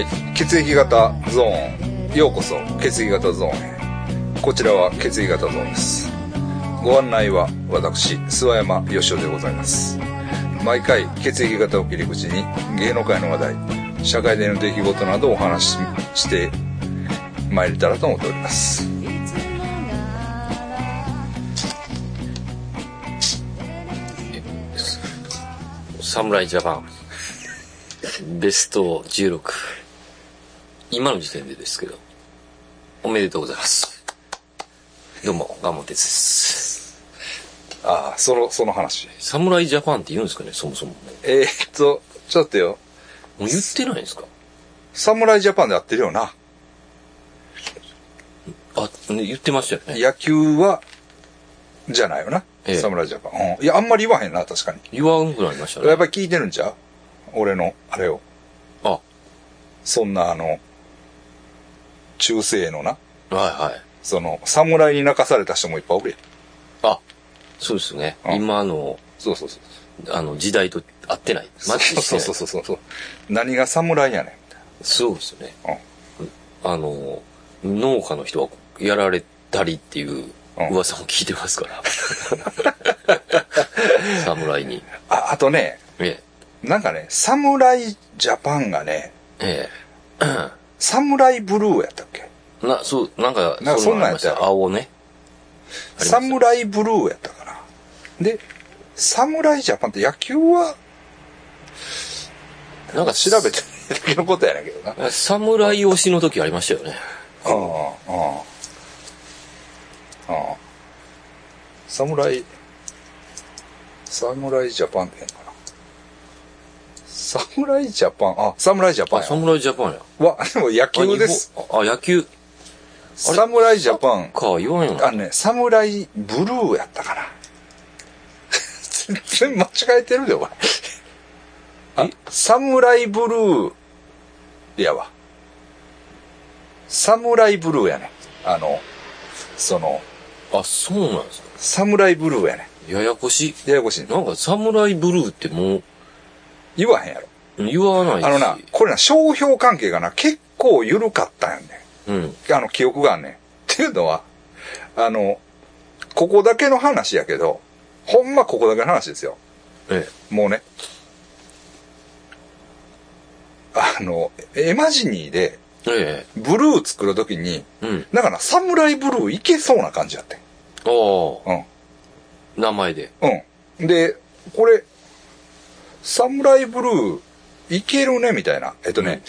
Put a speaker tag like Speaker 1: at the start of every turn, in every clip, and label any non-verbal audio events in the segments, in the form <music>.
Speaker 1: 液型ゾーンようこそ血液型ゾーンへこちらは血液型ゾーンですご案内は私諏訪山義雄でございます毎回血液型を切り口に芸能界の話題社会での出来事などをお話ししてまいれたらと思っております
Speaker 2: 侍ジャパン、ベスト16。今の時点でですけど、おめでとうございます。どうも、ガモテツです。
Speaker 1: ああそのその話
Speaker 2: 侍ジャパンって言うんですかね、そもそも。も
Speaker 1: えー、っとちょっと待ってよ
Speaker 2: う言ってないんですか
Speaker 1: 侍ジャパンでやってるよな
Speaker 2: あ、ね言ってましたよね。
Speaker 1: 野球はじゃないよな、
Speaker 2: ええ
Speaker 1: 侍ジャパン、うん、いやあんまり言わへんな確かに
Speaker 2: 言わんくなりました
Speaker 1: やっ
Speaker 2: ね。
Speaker 1: ぱり聞いてるんちゃう俺の、あれを。
Speaker 2: あ、は
Speaker 1: そんなあの、中世のな、
Speaker 2: いはい。
Speaker 1: その、侍に泣かされた人もいっぱいおるやん。
Speaker 2: あ、そうですね。
Speaker 1: うん
Speaker 2: 今の、
Speaker 1: そうそうそう。
Speaker 2: あの、時代と合ってない。マッチしてない。
Speaker 1: そうそうそうそうそう。何が侍やねん、み
Speaker 2: そうですよね。
Speaker 1: たいな。
Speaker 2: あの、農家の人はやられたりっていう
Speaker 1: うん
Speaker 2: 噂も聞いてますから。
Speaker 1: <laughs>
Speaker 2: 侍に。
Speaker 1: うん。あ、あとね、
Speaker 2: え
Speaker 1: なんかね、侍ジャパンがね、
Speaker 2: え。え
Speaker 1: 侍ブルーやったっけ
Speaker 2: え。な、そう、なんか、
Speaker 1: なんかそんなんやったやろ
Speaker 2: そ青ね。ありました
Speaker 1: 侍ブルーやったかな。で、侍ジャパンって野球は
Speaker 2: なんか
Speaker 1: 調べてないだけのことやねんけどな。
Speaker 2: べ。侍推しの時ありましたよね。
Speaker 1: ああ、ああ。ああ。侍、侍ジャパンってんかな。侍ジャパン、あ、侍ジャパン
Speaker 2: あ、
Speaker 1: や。
Speaker 2: 侍ジャパンや。
Speaker 1: わ、でも野
Speaker 2: あ
Speaker 1: 球です。。
Speaker 2: 日本あ、野球あれ
Speaker 1: 侍ジャパン。
Speaker 2: か、言わんよ
Speaker 1: あの
Speaker 2: な。
Speaker 1: ね、侍ブルーやったかな。全然間違えてるで、お前。あ
Speaker 2: え、
Speaker 1: 侍ブルーやわ。侍ブルーやね。あの、その、
Speaker 2: あ、そうなんですか。
Speaker 1: 侍ブルーやね。
Speaker 2: ややこしい。
Speaker 1: ややこしいの。
Speaker 2: なんか、侍ブルーってもう、
Speaker 1: 言わへんやろ。
Speaker 2: 言わないし。
Speaker 1: あのな、これな、商標関係がな、結構緩かったんやね。
Speaker 2: うん。
Speaker 1: あの、記憶があんねん。っていうのは、あの、ここだけの話やけど、ほんまここだけの話ですよ。
Speaker 2: ええ。
Speaker 1: もうね。あの、エマジニーで、
Speaker 2: え
Speaker 1: ブルー作るときに、
Speaker 2: え。うん。
Speaker 1: だからサムライブルーいけそうな感じやってん。
Speaker 2: ああ、
Speaker 1: うん。
Speaker 2: 名前で。
Speaker 1: うん。で、これ、サムライブルー、いけるねみたいな。えっとね、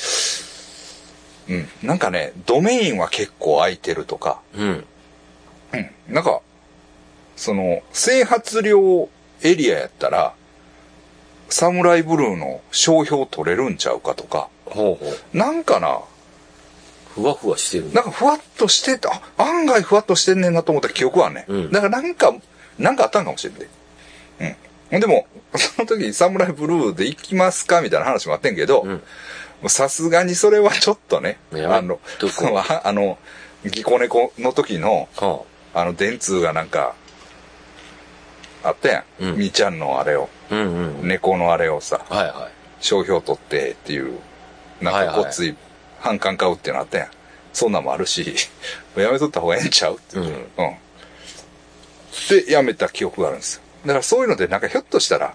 Speaker 1: うん。なんかね、ドメインは結構空いてるとか、
Speaker 2: うん。
Speaker 1: うん。なんか、その、整髪量エリアやったら、サムライブルーの商標取れるんちゃうかとか、
Speaker 2: ほうほう。
Speaker 1: なんかな、
Speaker 2: ふわふわしてる。
Speaker 1: なんかふわっとしてた、あ案外ふわっとしてんねんなと思った記憶はね。
Speaker 2: うん
Speaker 1: だからなんか、なんかあったんかもしれんで。うん。でも、 <laughs> その時にサムライブルーで行きますかみたいな話もあってんけど、
Speaker 2: うん
Speaker 1: もうさすがにそれはちょっとね、
Speaker 2: やめ
Speaker 1: あの
Speaker 2: とこ、
Speaker 1: ああの、ギコ猫の時の、
Speaker 2: は
Speaker 1: あの、電通がなんか、あったやん。
Speaker 2: うん
Speaker 1: みーちゃんのあれを、
Speaker 2: あ。うんうん。
Speaker 1: 猫のあれをさ、
Speaker 2: はいは
Speaker 1: 商標取ってっていう、なんかごっつい反感買うってなってん。そんなんもあるし、 <laughs> やめとった方がええんちゃうって。
Speaker 2: うん
Speaker 1: で、やめた記憶があるんですよ。だからそういうので、なんかひょっとしたら、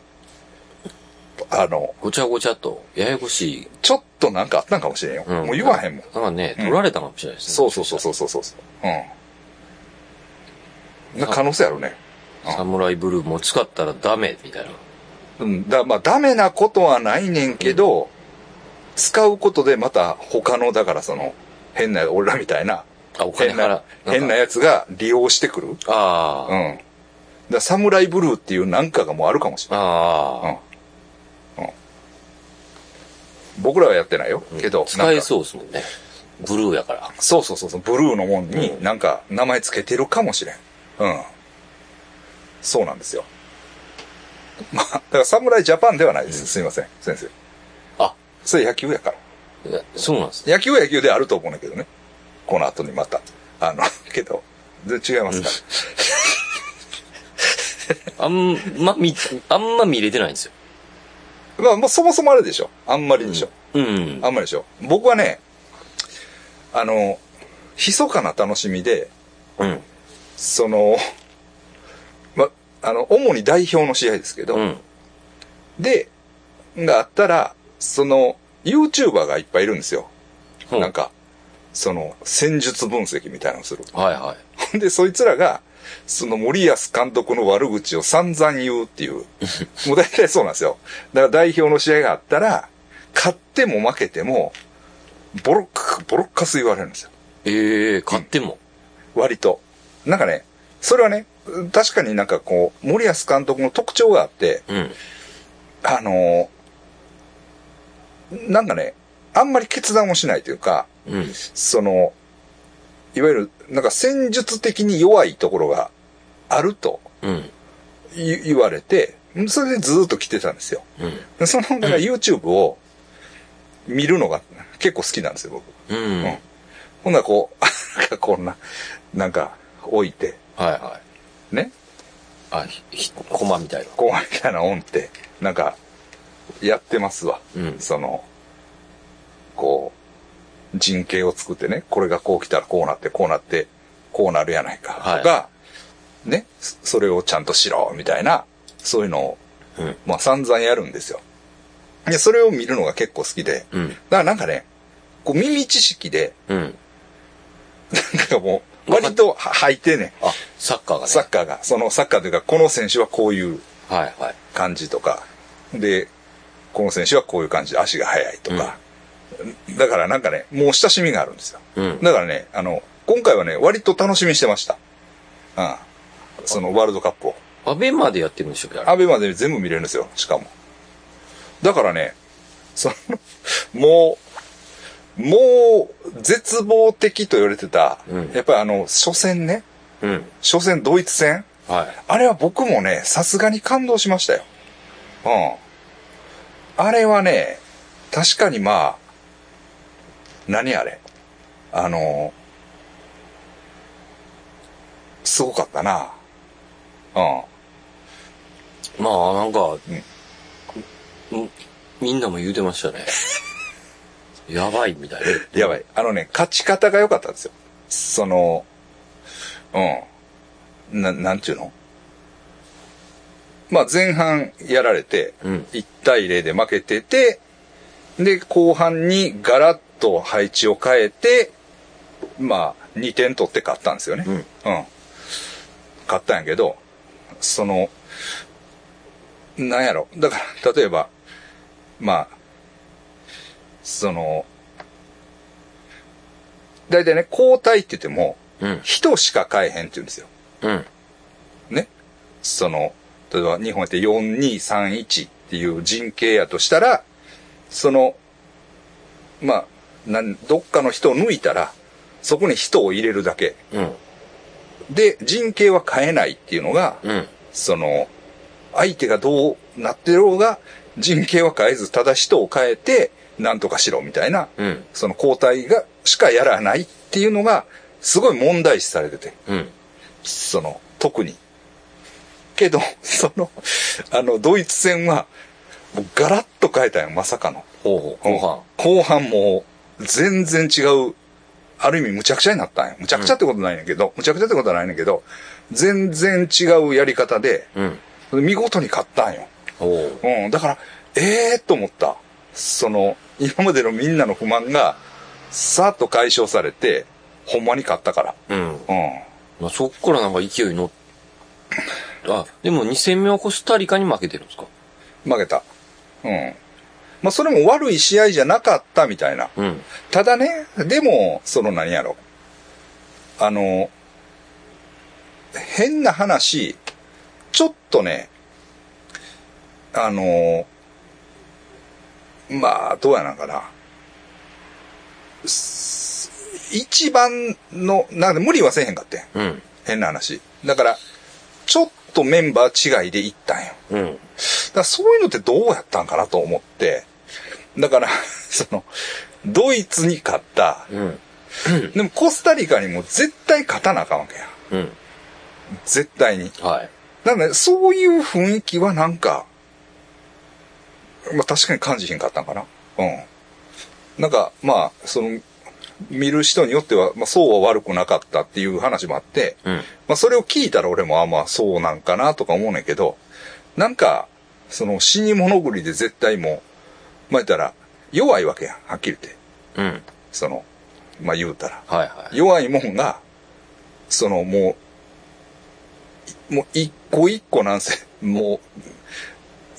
Speaker 1: あの、
Speaker 2: い。ごちゃごちゃと、ややこしい。
Speaker 1: ちょっとなんかあったんかもしれんよ。
Speaker 2: うん。
Speaker 1: もう言わへんもん
Speaker 2: な。かね、
Speaker 1: うん
Speaker 2: 取られたかもしれないですね。
Speaker 1: そうそうそうそうそうそう。うん。な可能性あるね。
Speaker 2: サムライブルーも使ったらダメ、みたいな。
Speaker 1: うん。だ、まあ、ダメなことはないねんけど、使うことでまた他の、だからその、変な、俺らみたいな、
Speaker 2: あ、お金
Speaker 1: 変
Speaker 2: 払
Speaker 1: な
Speaker 2: ら、
Speaker 1: 変な
Speaker 2: あ
Speaker 1: やつが利用してくる。うん。だ
Speaker 2: あー。
Speaker 1: からサムライブルーっていうなんかがもうあるかもしれな
Speaker 2: あ
Speaker 1: い。うん。うん。僕らはやってないよ。
Speaker 2: あ。
Speaker 1: けど、
Speaker 2: 使え
Speaker 1: う。
Speaker 2: そうですもんね。ブルーやから。
Speaker 1: そうそうそうそう、ブルーのもんになんか名前つけてるかもしれん。うん。そうなんですよ。まあ、だからサムライジャパンではないです。すいません、先生。
Speaker 2: あ、
Speaker 1: それ野球やから。
Speaker 2: えそうなんですね。
Speaker 1: 野球は野球であると思うんだけどね。この後にまた。あの、けど、全然違いますから。
Speaker 2: あんま見、あんま見れてないんですよ。
Speaker 1: まあ、もうそもそもあれでしょ。あんまりでしょ。
Speaker 2: うん。
Speaker 1: あんまりでしょ。僕はね、あの、密かな楽しみで、
Speaker 2: うん。
Speaker 1: その、ま、あの、主に代表の試合ですけど、
Speaker 2: うん。
Speaker 1: で、があったら、その、YouTuber がいっぱいいるんですよ。
Speaker 2: うん
Speaker 1: なんか、その、戦術分析みたいなのをする。 <laughs>
Speaker 2: はいは
Speaker 1: で、そいつらが、その森保監督の悪口を散々言うって
Speaker 2: <laughs>
Speaker 1: いう。もう大体そうなんですよ。だから代表の試合があったら、勝っても負けても、ボロッカ、ボロッカス言われるんですよ。
Speaker 2: い。ええ買っても。
Speaker 1: 割と。なんかね、それはね、確かになんかこう、森保監督の特徴があって、
Speaker 2: うん。
Speaker 1: あのなんかね、あんまり決断をしないというか、
Speaker 2: うん。
Speaker 1: その、いわゆる、なんか戦術的に弱いところがあると
Speaker 2: うん。
Speaker 1: い言われて、それでずーっと来てたんですよ。
Speaker 2: うん。
Speaker 1: その、だから YouTube を見るのが結構好きなんですよ、僕。
Speaker 2: うん。はい
Speaker 1: ほんならこう、 <laughs> なんかこんな、なんか置いて、
Speaker 2: はい。
Speaker 1: ね、
Speaker 2: あ、ひ、ひコマみたいな。
Speaker 1: こうみたいなオンって、なんか、やってますわ。
Speaker 2: うん
Speaker 1: その、こう、人形を作ってね、これがこう来たらこうなって、こうなって、こうなるやないか。
Speaker 2: はい
Speaker 1: とか、ね、そそれをちゃんとしろ、みたいな、そういうのを、
Speaker 2: うん
Speaker 1: まあ散々やるんですよ。で、それを見るのが結構好きで、
Speaker 2: うん。
Speaker 1: だからなんかね、こう耳知識で、
Speaker 2: うん。
Speaker 1: なんかもう、割とは履いてね、
Speaker 2: あ、サッカーがね。
Speaker 1: サッカーが、そのサッカーというか、この選手はこういう、
Speaker 2: はいはい。
Speaker 1: 感じとか、で、この選手はこういう感じで足が速いとか、だからなんかね、もう親しみがあるんですよ。
Speaker 2: うん。
Speaker 1: だからね、あの、今回はね、割と楽しみにしてました。うん。そのワールドカップを。
Speaker 2: アベマでやってるんでしょ、あれ
Speaker 1: アベまで全部見れるんですよ、しかも。だからね、その、もう、もう、絶望的と言われてた、
Speaker 2: うん
Speaker 1: やっぱりあの、初戦ね、
Speaker 2: うん。
Speaker 1: 初戦ドイツ戦、
Speaker 2: はい。
Speaker 1: あれは僕もね、さすがに感動しましたよ。うん。あれはね、確かにまあ、何あれあの、すごかったな。うん。
Speaker 2: まあ、なんか、うんみんなも言うてました <laughs> ね。やばいみたいな。
Speaker 1: やばい。あのね、勝ち方が良かったんですよ。その、うん。な、なんちゅうのまあ前半やられて、
Speaker 2: うん
Speaker 1: 1対0で負けてて、で、後半にガラッと配置を変えて、まあ2点取って勝ったんですよね。
Speaker 2: うん
Speaker 1: うん。買ったんやけど、その、なんやろ。だから、例えば、まあ、その、大体ね、交代って言っても、
Speaker 2: うん。
Speaker 1: 人しか変えへんって言うんですよ。
Speaker 2: うん。
Speaker 1: ね。その、例えば日本やって4231っていう人形やとしたら、その、まあ、なん、どっかの人を抜いたら、そこに人を入れるだけ。
Speaker 2: うん。
Speaker 1: で、人形は変えないっていうのが、
Speaker 2: うん。
Speaker 1: その、相手がどうなってろうが、人形は変えず、ただ人を変えて、なんとかしろみたいな、
Speaker 2: うん。
Speaker 1: その交代が、しかやらないっていうのが、すごい問題視されてて、
Speaker 2: うん。
Speaker 1: その、特に。けど、 <laughs> その、あの、ドイツ戦は、もうガラッと変えたよ、まさかの。
Speaker 2: ほうほう、後半。
Speaker 1: 後半もう全然違う、ある意味むちゃくちゃになったんや。むちゃくちゃってことないねんけど、むちゃくちゃってことはないねんけど、全然違うやり方で、
Speaker 2: うん。
Speaker 1: 見事に勝ったんよ。
Speaker 2: ほう。
Speaker 1: うん、だから、ええー、と思った。その、今までのみんなの不満が、さっと解消されて、ほんまに勝ったから。
Speaker 2: うん。
Speaker 1: うん。
Speaker 2: まあ、そっからなんか勢い乗っ、あ、でも2戦目はコスタリカに負けてるんですか
Speaker 1: 負けた。うん。まあ、それも悪い試合じゃなかったみたいな。
Speaker 2: うん。
Speaker 1: ただね、でも、その何やろ。あの、変な話、ちょっとね、あの、まあ、どうやなんかな。す一番の、なんで無理はせえへんかってん。
Speaker 2: うん。
Speaker 1: 変な話。だから、ちょっとメンバー違いで行ったんよ。
Speaker 2: うん。
Speaker 1: だからそういうのってどうやったんかなと思って、だから、 <laughs> その、ドイツに勝った。
Speaker 2: うん。
Speaker 1: でもコスタリカにも絶対勝たなあかんわけや。
Speaker 2: うん。
Speaker 1: 絶対に。
Speaker 2: はい。
Speaker 1: なので、そういう雰囲気はなんか、まあ確かに感じひんかったんかな。うん。なんか、まあ、その、見る人によっては、まあ、そうは悪くなかったっていう話もあって、
Speaker 2: うん。
Speaker 1: まあ、それを聞いたら俺も、あ、まあ、そうなんかなとか思うねんけど、なんか、その、死に物狂いで絶対もう、まあ、言ったら、弱いわけやん、はっきり言って。
Speaker 2: うん。
Speaker 1: その、まあ、言うたら。
Speaker 2: はいはい。
Speaker 1: 弱いもんが、その、もう、いもう、一個一個なんせ、もう、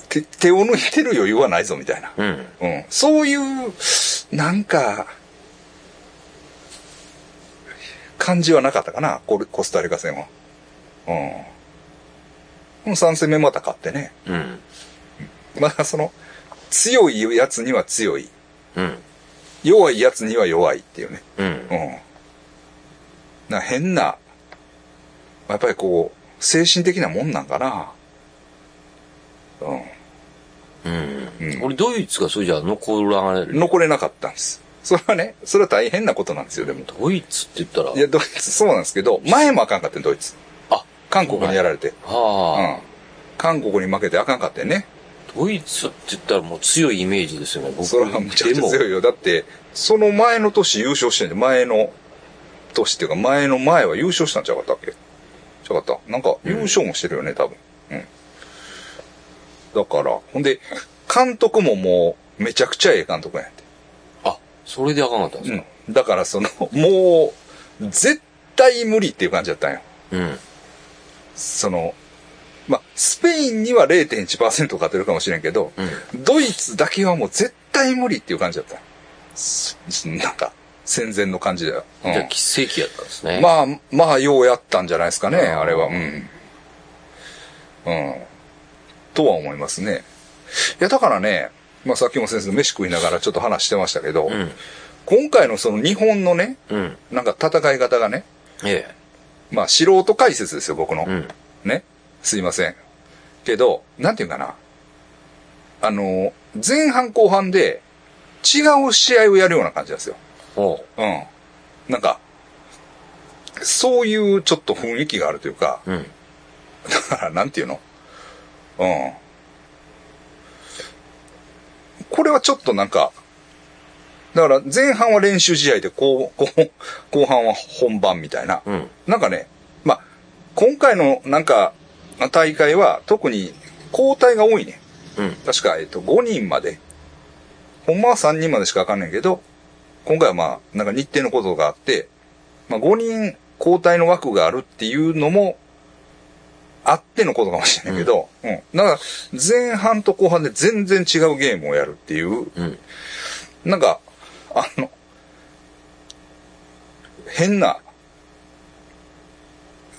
Speaker 1: 手、手を抜いてる余裕はないぞ、みたいな。
Speaker 2: うん。
Speaker 1: うん。そういう、なんか、感じはなかったかな、コルコスタリカ戦は。うん。3戦目また勝ってね。
Speaker 2: うん。
Speaker 1: まだその、強いやつには強い。
Speaker 2: うん。
Speaker 1: 弱いやつには弱いっていうね。
Speaker 2: うん
Speaker 1: う。ん。な変な、やっぱりこう、精神的なもんなんかな。う
Speaker 2: うん。俺、ドイツがそれじゃ残られ
Speaker 1: ん。
Speaker 2: る。
Speaker 1: 残れなかったんです。それはね、それは大変なことなんですよ、でも。
Speaker 2: ドイツって言ったら、
Speaker 1: いや、ドイツ、そうなんですけど、前もあかんかったよドイツ。
Speaker 2: あ、
Speaker 1: 韓国にやられて。う
Speaker 2: はあ、
Speaker 1: ん。韓国に負けてあかんかったよね。
Speaker 2: ドイツって言ったらもう強いイメージですよね、僕
Speaker 1: それはむちゃくちゃ強
Speaker 2: い。
Speaker 1: いよ。だって、その前の年優勝してんで、前の年っていうか、前の前は優勝したんちゃうかったっけちゃうかったなんか、優勝もしてるよね、多分。うん。だから、ほんで、監督ももう、めちゃくちゃええ監督やんって。
Speaker 2: あ、それであかんかったんですか。
Speaker 1: うん。だから、その、もう、絶対無理っていう感じだったんよ。
Speaker 2: うん。
Speaker 1: その、まあ、スペインには0.1%勝てるかもしれんけど、ドイツだけはもう絶対無理っていう感じだった。すなんか、戦前の感じだよ。うん
Speaker 2: じゃあ、奇跡やったんですね。
Speaker 1: まあ、まあ、ようやったんじゃないですかね、
Speaker 2: うん
Speaker 1: あれは。うん。うん。とは思いますね。いや、だからね、まあ、さっきも先生と飯食いながらちょっと話してましたけど、
Speaker 2: うん。
Speaker 1: 今回のその日本のね、
Speaker 2: うん。
Speaker 1: なんか戦い方がね、
Speaker 2: え
Speaker 1: まあ、素人解説ですよ、僕の。
Speaker 2: え。うん。
Speaker 1: ね。すいません。けど、なんていうかな。あの、前半後半で違う試合をやるような感じなんですよ。
Speaker 2: おう。
Speaker 1: うん。なんか、そういうちょっと雰囲気があるというか、 <laughs>
Speaker 2: うん。
Speaker 1: だからなんていうのうん。これはちょっとなんか、だから前半は練習試合で、こう、こう、後半は本番みたいな。
Speaker 2: うん。
Speaker 1: なんかね、まあ、今回のなんか、大会は特に交代が多いね。
Speaker 2: うん。
Speaker 1: 確か、えっと、5人まで。ほんまは3人までしかあかんねんけど、今回はまあ、なんか日程のことがあって、まあ5人交代の枠があるっていうのも、あってのことかもしれないけど、うん。だから、前半と後半で全然違うゲームをやるっていう、
Speaker 2: うん。
Speaker 1: なんか、あの、変な、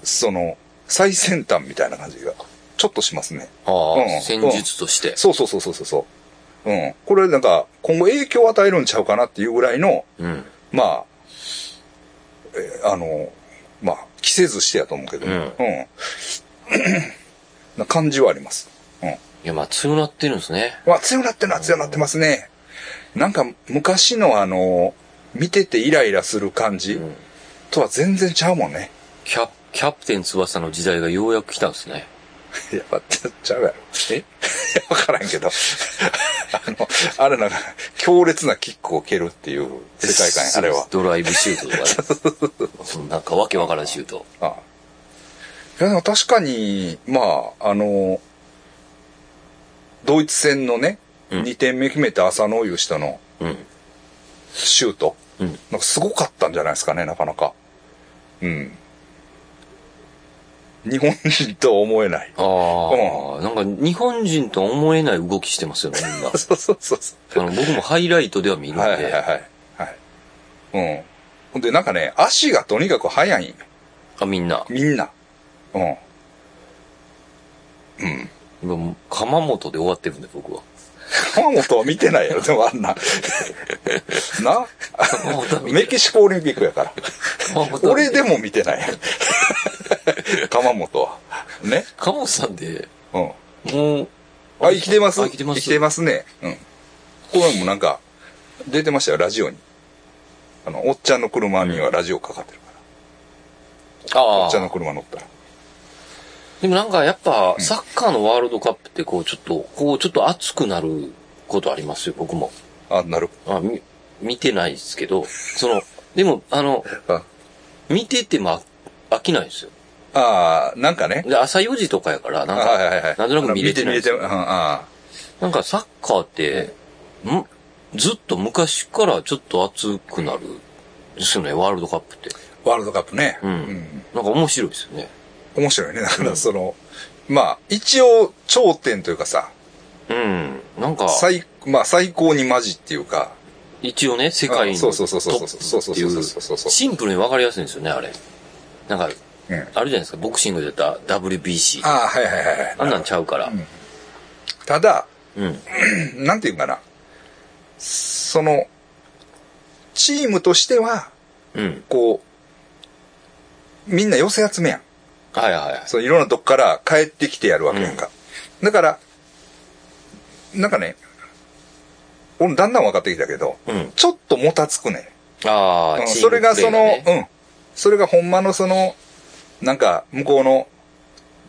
Speaker 1: その、最先端みたいな感じが、ちょっとしますね。
Speaker 2: あ
Speaker 1: う
Speaker 2: あ、
Speaker 1: ん
Speaker 2: 戦術として。
Speaker 1: そうそうそうそうそうそう。うん。これなんか、今後影響を与えるんちゃうかなっていうぐらいの、
Speaker 2: うん。
Speaker 1: まあ、えーあの、まあ、着せずしてやと思うけど、
Speaker 2: うん
Speaker 1: うん、 <clears throat> な感じはあります。うん。
Speaker 2: いや、まあ、強なってるんですね。
Speaker 1: まあ、強なってるのは強なってますね。なんか、昔のあの、見ててイライラする感じ
Speaker 2: ん
Speaker 1: とは全然ちゃうもんね。 <laughs>
Speaker 2: キャ、キャプテン翼の時代がようやく来たんですね。
Speaker 1: やっぱ、ちゃうやろ。 <laughs>
Speaker 2: え
Speaker 1: いやわからんけど。 <laughs> あの、あれなんか、強烈なキックを蹴るっていう世界観や、あれは。
Speaker 2: <laughs> ドライブシュートとかね。なんかわけわからんシュート。
Speaker 1: あいや、でも確かに、まあ、あの、ドイツ戦のね、
Speaker 2: うん
Speaker 1: 2点目決めた浅野ゆしたの
Speaker 2: うん。
Speaker 1: シュート、
Speaker 2: うん。
Speaker 1: なんかすごかったんじゃないですかね、なかなか。うん。日本人とは思えない。
Speaker 2: ああ、なんか日本人とは思えない動きしてますよ
Speaker 1: <laughs>
Speaker 2: ね、みんな。
Speaker 1: そうそうそうそう。
Speaker 2: あの僕もハイライトでは見るんで。
Speaker 1: はいはいはい。はい。うん。ほんで、なんかね、足がとにかく速いんよ
Speaker 2: あ、みんな。
Speaker 1: みんな。うん。
Speaker 2: 今、鎌本で終わってるんで、
Speaker 1: <laughs>
Speaker 2: 僕は。
Speaker 1: 熊本は見てないやろ、でもあん <laughs> な。な
Speaker 2: 鎌本は見て
Speaker 1: メキシコオリンピックやから。
Speaker 2: 鎌本は見
Speaker 1: <laughs> 俺
Speaker 2: て
Speaker 1: でも見て <laughs> ないやん。鎌本は。ね。
Speaker 2: 鎌本さんで、
Speaker 1: うん。
Speaker 2: もう、
Speaker 1: あ、生きてます
Speaker 2: あ生きてます
Speaker 1: 生きてますね。うん。これもなんか、出てましたよ、ラジオに。あの、おっちゃんの車にはラジオかかってるから。お
Speaker 2: あ
Speaker 1: っちゃんの
Speaker 2: あ。
Speaker 1: 車乗ったら。
Speaker 2: でもなんかやっぱ、サッカーのワールドカップってこうちょっと、こうちょっと熱くなることありますよ、僕も。
Speaker 1: あ、なる。
Speaker 2: あ、み見てないですけど、その、でも、あの、
Speaker 1: あ
Speaker 2: 見てても飽きないんですよ。
Speaker 1: あー、なんかね。
Speaker 2: で、朝4時とかやから、なん
Speaker 1: はいはいは
Speaker 2: か
Speaker 1: い、。
Speaker 2: なんとなく見れてないん
Speaker 1: 見
Speaker 2: です
Speaker 1: て、
Speaker 2: よ
Speaker 1: 見れて、うん、あ
Speaker 2: なんかサッカーって、んずっと昔からちょっと熱くなるですよね、ワールドカップって。
Speaker 1: ーワールドカップね。
Speaker 2: うん。なんか面白いですよね。
Speaker 1: うん面白いね。だからその、まあ、一応、頂点というかさ、
Speaker 2: うん。なんか、
Speaker 1: 最、まあ、最高にマジっていうか、
Speaker 2: 一応ね、世界の
Speaker 1: そ
Speaker 2: ト
Speaker 1: うそうそうそうそう
Speaker 2: ップってい
Speaker 1: そう
Speaker 2: う、
Speaker 1: そうそうそう
Speaker 2: シンプルにわかりやすいんですよね、あれ。なんか、ある
Speaker 1: うん。
Speaker 2: じゃないですか、ボクシングでやった WBC。
Speaker 1: ああ、はいはいはいはい。
Speaker 2: あんなんちゃうから。
Speaker 1: ただ、
Speaker 2: うん。
Speaker 1: なんていうかな。その、チームとしては、
Speaker 2: うん。
Speaker 1: こう、みんな寄せ集めやん。
Speaker 2: はいはいはい。
Speaker 1: そのいろんなとこから帰ってきてやるわけやんか。だから、なんかね、俺だんだん分かってきたけど、
Speaker 2: うん。
Speaker 1: ちょっともたつくね。
Speaker 2: あ
Speaker 1: う
Speaker 2: あ、
Speaker 1: ん
Speaker 2: チー
Speaker 1: そ
Speaker 2: ムプ
Speaker 1: れ
Speaker 2: レーが
Speaker 1: が
Speaker 2: ね
Speaker 1: その、うん。それがほんまのその、なんか、向こうの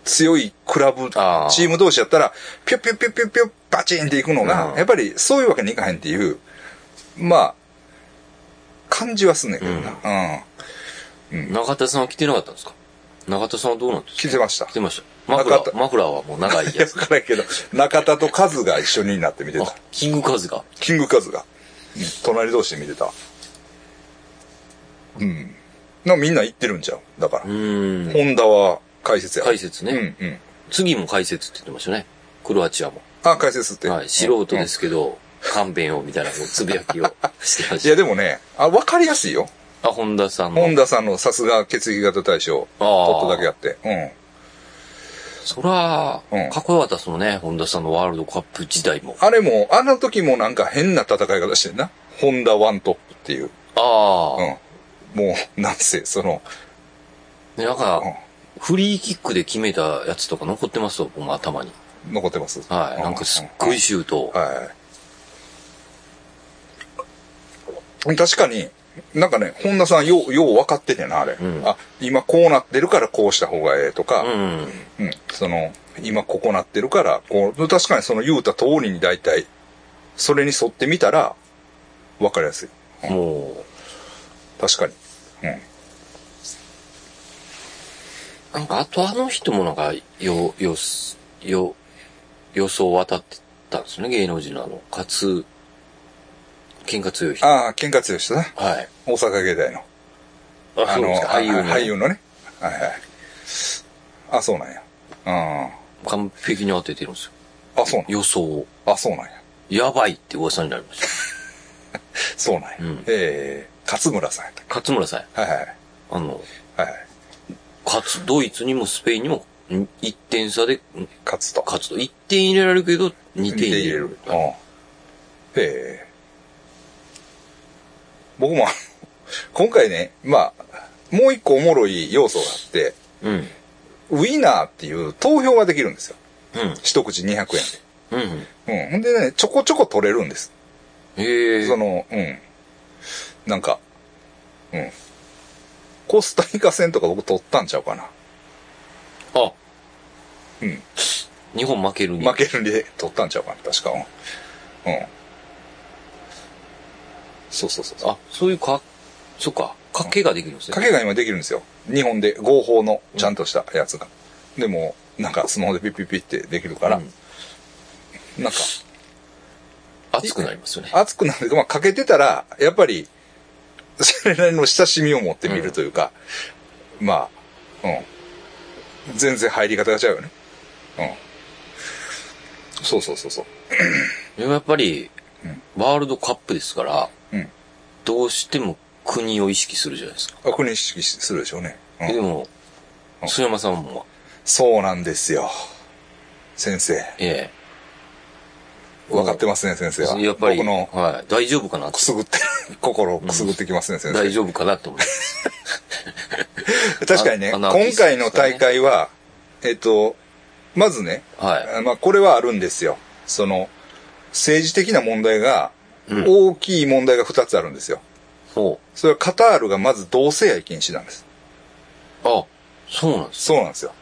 Speaker 1: 強いクラブ、
Speaker 2: あー
Speaker 1: チーム同士やったら、ぴょぴょぴょぴょぴょ、バチンっていくのが
Speaker 2: う、ん
Speaker 1: やっぱりそういうわけにいかへんっていう、まあ、感じはすんねんけどな。うん。
Speaker 2: 中田さんは着てなかったんですか中田さんはどうなんですか
Speaker 1: 聞いてました
Speaker 2: 着。てました。マフラ
Speaker 1: 中田
Speaker 2: ー、マフラーはも
Speaker 1: <laughs>
Speaker 2: う長い
Speaker 1: いや、
Speaker 2: や
Speaker 1: わ
Speaker 2: つ。
Speaker 1: からんけど、中田とカズが一緒になって見て
Speaker 2: あ
Speaker 1: た。、
Speaker 2: キングカズが。
Speaker 1: キングカズが。うん隣同士で見てた。うん。なみんな行ってるんちゃうだから
Speaker 2: う。ーん。
Speaker 1: ホンダは解説や。
Speaker 2: 解説ね。
Speaker 1: うんうん。
Speaker 2: 次も解説って言ってましたね。クロアチアも。
Speaker 1: あ、解説って。
Speaker 2: はい。素人で
Speaker 1: うん
Speaker 2: すけど、勘弁をみたい
Speaker 1: <laughs>
Speaker 2: なこうつぶやきをしてま
Speaker 1: いや、
Speaker 2: した。
Speaker 1: でもね、あ、わかりやすいよ。
Speaker 2: あ、本田さんの。
Speaker 1: 本田さんのさすが血液型大賞、
Speaker 2: あ
Speaker 1: ト
Speaker 2: ー
Speaker 1: ットだけあって。う
Speaker 2: そら
Speaker 1: うん、
Speaker 2: かっこよかったですもんね。本田さんのワールドカップ時代も。
Speaker 1: ん。あれも、あの時もなんか変な戦い方してんな。ホンダワントップっていう。
Speaker 2: あ
Speaker 1: う
Speaker 2: あ。
Speaker 1: ん。もう、なんせ、その、
Speaker 2: でなんか、フリーキックで決めたやつとか残ってますよ、僕も頭に。
Speaker 1: うん残ってます。
Speaker 2: はい。なんかすっごいシュート。
Speaker 1: はい。確かに、なんかね、本田さんよう、よう分かっててな、あれ。
Speaker 2: ん
Speaker 1: あ、今こうなってるからこうした方がええとか、
Speaker 2: うん。
Speaker 1: うん、その、今ここなってるから、こう、確かにその言うた通りに大体、それに沿ってみたら、わかりやすい。
Speaker 2: もう、
Speaker 1: 確かに。うん。
Speaker 2: なんか、あとあの人もなんか、よ、よ、よ、予想渡ってたんですよね、芸能人のあの、かつ、喧嘩強い人。は
Speaker 1: ああ、喧嘩強い人な。
Speaker 2: い。
Speaker 1: 大阪芸大の。
Speaker 2: あ、
Speaker 1: あ
Speaker 2: そうで
Speaker 1: の
Speaker 2: すか、、俳優の。
Speaker 1: あ俳優のね。はいはい。あ、そうなんや。う
Speaker 2: 完璧に当ててるんです
Speaker 1: ん。
Speaker 2: よ。
Speaker 1: あ、そうなんや。
Speaker 2: 予想を。
Speaker 1: あ、そうなんや。
Speaker 2: やばいって噂になりまし
Speaker 1: そうなんや。
Speaker 2: うん。
Speaker 1: えー、勝村さんやったった
Speaker 2: <laughs> 勝村さんや。
Speaker 1: けはいはい。
Speaker 2: あの、
Speaker 1: はいはい。
Speaker 2: 勝つ、ドイツにもスペインにも、ん1点差で、ん
Speaker 1: 勝つと。
Speaker 2: 勝つと。1点入れられるけど、2点
Speaker 1: 見て
Speaker 2: 入れ
Speaker 1: 入れ
Speaker 2: る。
Speaker 1: る。うん。へえ。僕もあの、 <laughs> 今回ね、まあ、もう一個おもろい要素があって、
Speaker 2: うん。うん。
Speaker 1: ウィナーっていう投票ができるんですよ。一口200円
Speaker 2: うんうん。
Speaker 1: で。うん。ほんでね、ちょこちょこ取れるんです。
Speaker 2: へえ。
Speaker 1: その、うん。なんか、うん。コスタリカ戦とか僕取ったんちゃうかな。
Speaker 2: あ。
Speaker 1: うん。
Speaker 2: 日本負けるに。
Speaker 1: 負けるんで取ったんちゃうかな、確か。うん。うん。そうそうそうそう。
Speaker 2: あ、そういうか、そっか、賭けができるんです
Speaker 1: 賭
Speaker 2: ね。
Speaker 1: けが今できるんですよ。日本で合法のちゃんとしたやつが。でも、なんかスマホでピッピッピッってできるから、
Speaker 2: うん
Speaker 1: なんか
Speaker 2: 熱くなりますよね。
Speaker 1: 熱くなる。まあ、かけてたら、やっぱり、それなりの親しみを持ってみるというか、まあ、うん。全然入り方が違うよね。うん。そうそうそうそう。
Speaker 2: でもやっぱり、ワールドカップですから、
Speaker 1: うん
Speaker 2: どうしても国を意識するじゃないですか。
Speaker 1: あ、これ意識するでしょうね。うん
Speaker 2: でも、須山さんも、
Speaker 1: そうなんですよ。先生。
Speaker 2: え
Speaker 1: 分かってますね、先生は。
Speaker 2: え、やっぱり、
Speaker 1: 僕の
Speaker 2: はい、大丈夫かな
Speaker 1: くすぐって、心をくすぐってきますね、先生
Speaker 2: 大。丈夫かなと思って。
Speaker 1: <laughs> 確かにね、
Speaker 2: あ
Speaker 1: 今
Speaker 2: の秋
Speaker 1: 回の大会は、えっと、まずね、
Speaker 2: は
Speaker 1: まあこれはあるんですよ。その、政治的な問題が、
Speaker 2: うん
Speaker 1: 大きい問題が2つあるんですよ。
Speaker 2: い。ほ
Speaker 1: それはカタールがまず同性愛禁止なんです。
Speaker 2: う。あ、そうなんです。
Speaker 1: そうなんですよ。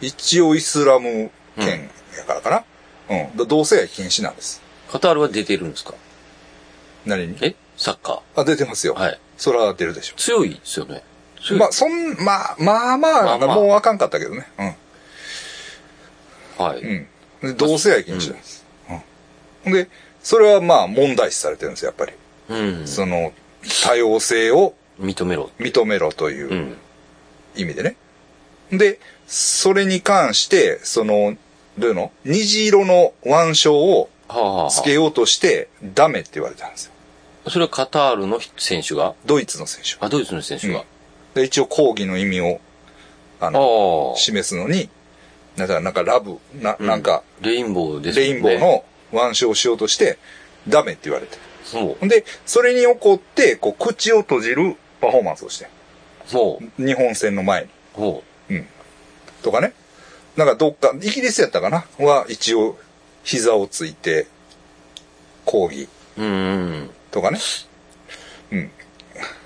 Speaker 1: 一応イスラム圏やからかな。うん。だ同性愛禁止なんです。
Speaker 2: カタールは出てるんですか
Speaker 1: 何に
Speaker 2: えサッカ
Speaker 1: あ、出てますよ。
Speaker 2: ー。はい。
Speaker 1: それは出るでしょ
Speaker 2: 強いですよね。
Speaker 1: う。まあ、そん、まあ、まあまあ、なんか
Speaker 2: まあまあ
Speaker 1: もうあかんかったけどね。うん。
Speaker 2: はい。
Speaker 1: うん。で、同性愛禁止なんです。うん。で、それはまあ問題視されてるんですよ、やっぱり。
Speaker 2: うん。
Speaker 1: その、多様性を
Speaker 2: 認めろ。。
Speaker 1: 認めろといううん意味でね。で、それに関して、その、どういうの虹色の腕章を
Speaker 2: はあ、はあは
Speaker 1: つけようとして、ダメって言われたんですよ。
Speaker 2: あ、それはカタールの選手が
Speaker 1: ドイツの選手は。
Speaker 2: あ、ドイツの選手が。
Speaker 1: うんで、一応抗議の意味を、あの、
Speaker 2: ああ。
Speaker 1: 示すのに、だからなんかラブ、な、なんか、
Speaker 2: レインボーですも
Speaker 1: レインボーの腕章をしようとして、ダメって言われて。
Speaker 2: の。も
Speaker 1: で、それに怒って、こう、口を閉じるパフォーマンスをして。
Speaker 2: う、も
Speaker 1: 日本戦の前に。
Speaker 2: う、も
Speaker 1: とかね。なんかどっか、イギリスやったかなは、一応、膝をついて、抗議
Speaker 2: う。うんうん
Speaker 1: とかね。
Speaker 2: うん。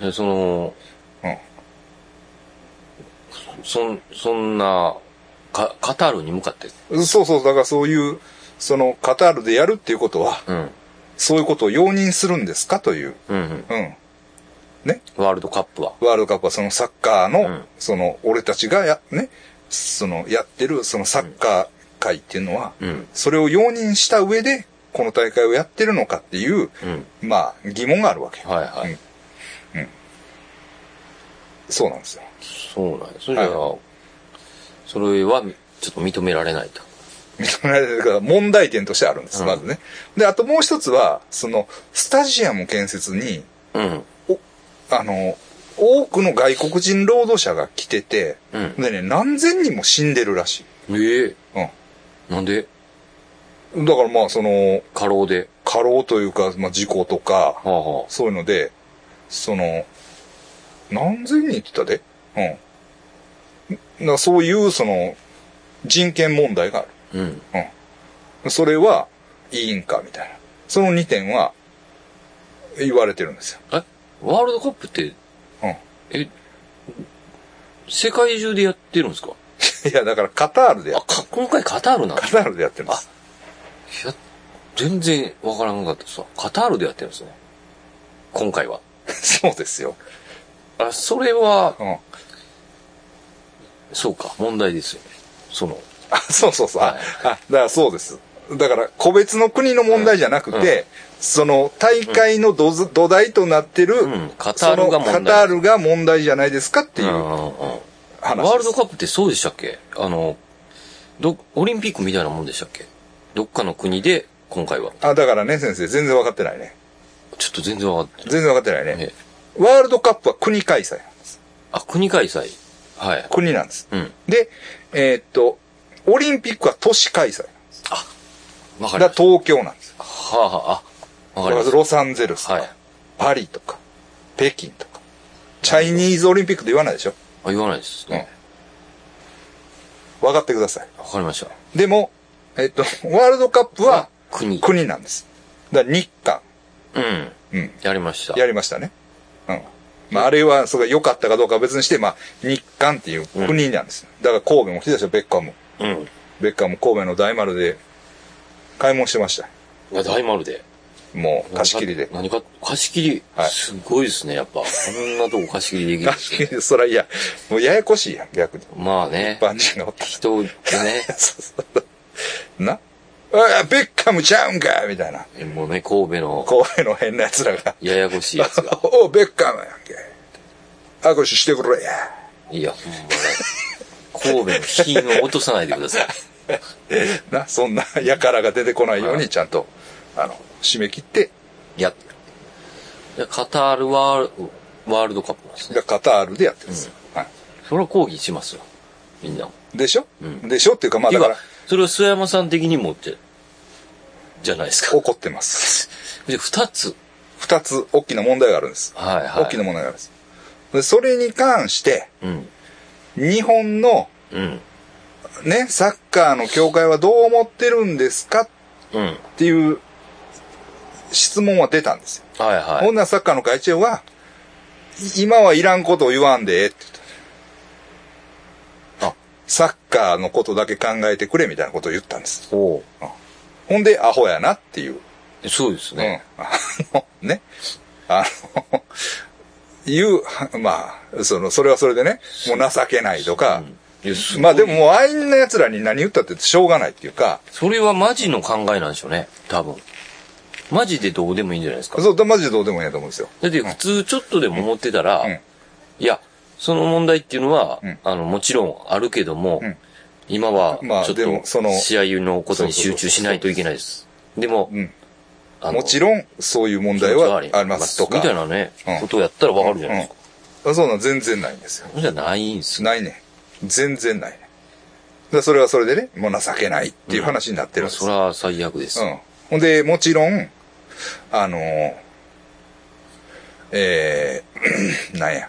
Speaker 2: でその、
Speaker 1: うん。
Speaker 2: そん、そんな、か、カタールに向かって。
Speaker 1: そうそう、だからそういう、その、カタールでやるっていうことは、
Speaker 2: うん。
Speaker 1: そういうことを容認するんですかという、
Speaker 2: うんうん。
Speaker 1: うん。
Speaker 2: ワールドカップは。
Speaker 1: ワールドカップはそのサッカーの、
Speaker 2: うん
Speaker 1: その、俺たちがや、ね、その、やってる、そのサッカー界っていうのは、
Speaker 2: うん。
Speaker 1: それを容認した上で、この大会をやってるのかっていう、
Speaker 2: うん。
Speaker 1: まあ、疑問があるわけよ。
Speaker 2: はいはい。
Speaker 1: うんそうなんですよ。
Speaker 2: そうなんや。それじゃあ、それは、ちょっと認められないと。
Speaker 1: 認められてるから問題点としてあるんです、
Speaker 2: うん
Speaker 1: まずね。で、あともう一つは、その、スタジアム建設に、
Speaker 2: うん。
Speaker 1: お、あの、多くの外国人労働者が来てて、
Speaker 2: うん
Speaker 1: でね、何千人も死んでるらしい。
Speaker 2: ええ
Speaker 1: う
Speaker 2: なんで
Speaker 1: ん。だからまあ、その、
Speaker 2: 過労で。
Speaker 1: 過労というか、まあ、事故とか
Speaker 2: は、あは
Speaker 1: そういうので、その、何千人って言ったでうん。だからそういう、その、人権問題がある。
Speaker 2: あ。うん。
Speaker 1: うん。それはいいんか、みたいな。その2点は、言われてるんですよ。
Speaker 2: えワールドカップって、
Speaker 1: うん。
Speaker 2: え、世界中でやってるんですか
Speaker 1: いや、だからカタールでや
Speaker 2: あ、
Speaker 1: っ、
Speaker 2: か、今回カタールなんだ
Speaker 1: カ。タールでやってるんです。
Speaker 2: いや、全然わからなかったさ。カタールでやってるんですね。今回は。
Speaker 1: <laughs> そうですよ。
Speaker 2: あ、それは、
Speaker 1: うん。
Speaker 2: そうか、問題ですよね。その、
Speaker 1: あ、そうそうそう。あ
Speaker 2: はい
Speaker 1: あ、だからそうです。だから、個別の国の問題じゃなくて、
Speaker 2: うんうん
Speaker 1: その、大会の土,、土台となってる、
Speaker 2: うんカタールが問題
Speaker 1: そのカタールが問題じゃないですかっていううん
Speaker 2: うんうん
Speaker 1: 話です。
Speaker 2: ワールドカップってそうでしたっけあの、ど、オリンピックみたいなもんでしたっけどっかの国で、今回は。
Speaker 1: あ、だからね、先生、全然分かってないね。
Speaker 2: ちょっと全然わかって
Speaker 1: 全然分かってないね。
Speaker 2: ない。ね
Speaker 1: ワールドカップは国開催なんです。
Speaker 2: あ、国開催。はい。
Speaker 1: 国なんです。
Speaker 2: うん。
Speaker 1: で、えーっと、オリンピックは都市開催。
Speaker 2: わ
Speaker 1: だか
Speaker 2: かり
Speaker 1: ら
Speaker 2: ます。
Speaker 1: 東京なんですよ。
Speaker 2: はあ、はあ、あ、わかります。
Speaker 1: ロサンゼルスとか、
Speaker 2: はい
Speaker 1: パリとか、北京とか。チャイニーズオリンピックって言わないでしょ
Speaker 2: あ、言わないですね。
Speaker 1: 分かってください。
Speaker 2: わかりました。
Speaker 1: でも、えっと、ワールドカップは
Speaker 2: 国。
Speaker 1: 国なんです。だから日韓、
Speaker 2: うん。
Speaker 1: うん、
Speaker 2: やりました。
Speaker 1: やりましたね。うん。まあ、あれは、それが良かったかどうかは別にして、まあ、日韓っていう国なんです。だから神戸も来てたでしょ、ベッカム。
Speaker 2: うん。
Speaker 1: ベッカム神戸の大丸で買い物してました。
Speaker 2: が大丸で。
Speaker 1: もう、貸し切りで。
Speaker 2: 何か、貸し切り。
Speaker 1: はい
Speaker 2: すごいですね、やっぱ。こんなとこ貸し切りできるんで
Speaker 1: 貸
Speaker 2: す
Speaker 1: し
Speaker 2: ね
Speaker 1: 切りで、そらいや、もうややこしいやん、逆に。
Speaker 2: まあね。
Speaker 1: バンジーがおったら。
Speaker 2: 人がね、
Speaker 1: そうそうそう <laughs> なあベッカムちゃうんかみたいな。 <laughs>
Speaker 2: もうね、神戸の
Speaker 1: 公園の変な奴らが。
Speaker 2: ややこしいやつ
Speaker 1: <laughs>
Speaker 2: が。
Speaker 1: おうベッカムやんけ。握手してくれや。
Speaker 2: いや、ほんまね。神戸の品を落とさないでください。
Speaker 1: <laughs> な、そ
Speaker 2: <laughs>
Speaker 1: んな輩が出てこないよう
Speaker 2: は
Speaker 1: に、ちゃんと、あの、締め切って、
Speaker 2: いや、いやカタールワールワールドカップなんですね。
Speaker 1: カタールでやってるんですよ。は
Speaker 2: それは抗議しますよ。みんな。
Speaker 1: い。でしょでしょっていうか、まあ
Speaker 2: てい
Speaker 1: だ
Speaker 2: う
Speaker 1: か、、
Speaker 2: からそれは須山さん的にもって、じゃないですか。
Speaker 1: 怒ってます。 <laughs>
Speaker 2: で、二つ。
Speaker 1: 二つ大きな問題があるんです。
Speaker 2: はいはい。
Speaker 1: 大きな問題があるんです。でそれに関して、
Speaker 2: うん。
Speaker 1: 日本の
Speaker 2: うん。
Speaker 1: ね、サッカーの協会はどう思ってるんですか
Speaker 2: うん。はい
Speaker 1: っていう質問は出たんですよ。
Speaker 2: はい。
Speaker 1: 女サッカーの会長は、い今はいらんことを言わんでええって言った。サッカーのことだけ考えてくれみたいなことを言ったんです。
Speaker 2: おう
Speaker 1: ほんで、アホやなっていう。
Speaker 2: そうですね。
Speaker 1: うん。あの、ね。あの、言う、はまあ、その、それはそれでね、もう情けないとか、
Speaker 2: いやすごい
Speaker 1: まあでももうあんな奴らに何言ったってしょうがないっていうか、
Speaker 2: それはマジの考えなんでしょうね、多分。マジでどうでもいいんじゃないですか。
Speaker 1: そう、マジでどうでもいいやと思うんですよ。
Speaker 2: だって普通ちょっとでも思ってたら、
Speaker 1: うんうん
Speaker 2: いや、その問題っていうのは、
Speaker 1: ん
Speaker 2: あの、もちろんあるけども、
Speaker 1: うん
Speaker 2: 今は
Speaker 1: まあ
Speaker 2: ちょっ
Speaker 1: でもその
Speaker 2: と試合のことに集中しないといけないです。でも、
Speaker 1: うん
Speaker 2: あの
Speaker 1: もちろん、そういう問題はありますとか。
Speaker 2: みたいなね、
Speaker 1: うん
Speaker 2: ことをやったらわかるじゃないですか。
Speaker 1: うん。そんなん全然ないんですよ。
Speaker 2: それじゃないんですよ。
Speaker 1: ないね。全然ないね。だからそれはそれでね、もう情けないっていう話になってるんです
Speaker 2: それは最悪です。
Speaker 1: うん。ほんで、もちろん、あのーえー、 <clears throat> なんや。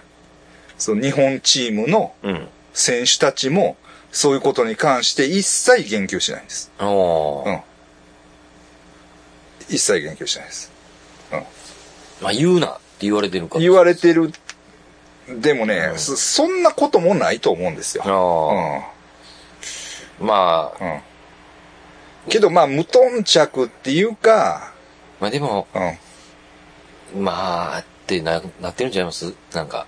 Speaker 1: その日本チームの
Speaker 2: うん。
Speaker 1: 選手たちも、そういうことに関して一切言及しないんです。
Speaker 2: ああ、
Speaker 1: うん。一切言及しないです。
Speaker 2: まあ言うなって言われてるから。
Speaker 1: 言われてる。でもね、そそんなこともないと思うんですよ。
Speaker 2: あ
Speaker 1: うん。
Speaker 2: あ、まあ、
Speaker 1: うん。けど、まあ、無頓着っていうか、
Speaker 2: まあでも、
Speaker 1: うん。
Speaker 2: まあ、ってな、なってるんちゃいますなんか、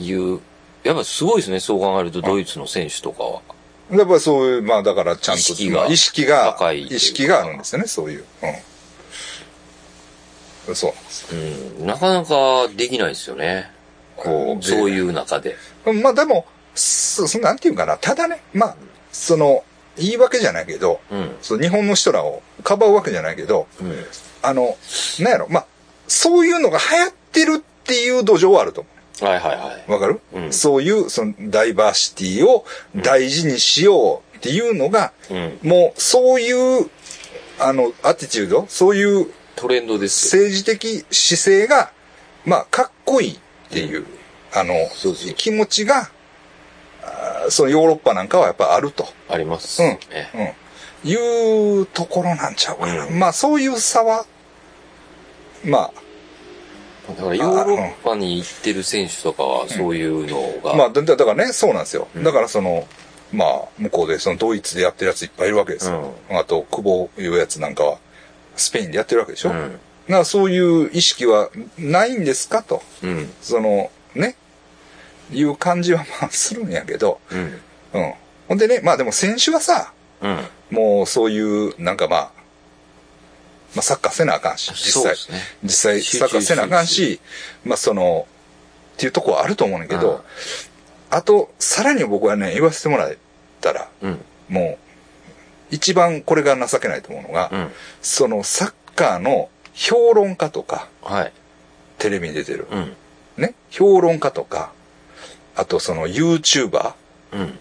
Speaker 2: 言う。やっぱすごいですね、そう考えると、ドイツの選手とかは。
Speaker 1: やっぱりそういう、まあ、だから、ちゃんと、
Speaker 2: 意識が
Speaker 1: まあ意識が
Speaker 2: 高いというか
Speaker 1: 意識があるんですよね、そういう。うん。そうなんです。
Speaker 2: うん、なかなかできないですよね。
Speaker 1: で
Speaker 2: こう、そういう中で。
Speaker 1: まあ、でも、そ、そなんていうかな、ただね、まあ、その、言い訳じゃないけど、
Speaker 2: うん。
Speaker 1: その日本の人らをかばうわけじゃないけど、
Speaker 2: うん。
Speaker 1: あの、なんやろ、まあ、そういうのが流行ってるっていう土壌はあると思う。
Speaker 2: はいはいはい。
Speaker 1: わかる、
Speaker 2: うん
Speaker 1: そういう、その、ダイバーシティを大事にしようっていうのが、
Speaker 2: うん。
Speaker 1: もう、そういう、あの、アティチュード、そういう
Speaker 2: トレンドですよ。
Speaker 1: 政治的姿勢が、まあ、かっこいいっていう、あの
Speaker 2: そうそう、
Speaker 1: 気持ちが、あーそのヨーロッパなんかはやっぱあると。
Speaker 2: あります。
Speaker 1: うん
Speaker 2: ええ
Speaker 1: うん。いうところなんちゃうかな。
Speaker 2: うん
Speaker 1: まあ、そういう差は、ま
Speaker 2: だから、ヨーロッパに行ってる選手とかは、そういうの
Speaker 1: あ、
Speaker 2: が。
Speaker 1: まあ、だだからね、そうなんですよ。だからその、まあ、向こうで、そのドイツでやってるやついっぱいいるわけですよ。あと、久保いうやつなんかは、スペインでやってるわけでしょ。
Speaker 2: うん。
Speaker 1: なそういう意識はないんですかと。
Speaker 2: うん。
Speaker 1: その、ね。いう感じはまあするんやけど。
Speaker 2: うん。
Speaker 1: うん。ほんでね、まあでも選手はさ、
Speaker 2: うん。
Speaker 1: もうそういう、なんかまあ、まあサッカーせなあかんし、実
Speaker 2: そう
Speaker 1: 際。
Speaker 2: ですね。
Speaker 1: 実際サッカーせなあかんし、まあその、っていうとこはあると思うねんだけど、
Speaker 2: うん
Speaker 1: あと、さらに僕はね、言わせてもらえたら、
Speaker 2: うん。
Speaker 1: もう、一番これが情けないと思うのが、
Speaker 2: うん。
Speaker 1: そのサッカーの評論家とか、
Speaker 2: はい。
Speaker 1: テレビに出てる、
Speaker 2: うん。
Speaker 1: ね、評論家とか、あとその YouTuber
Speaker 2: うん。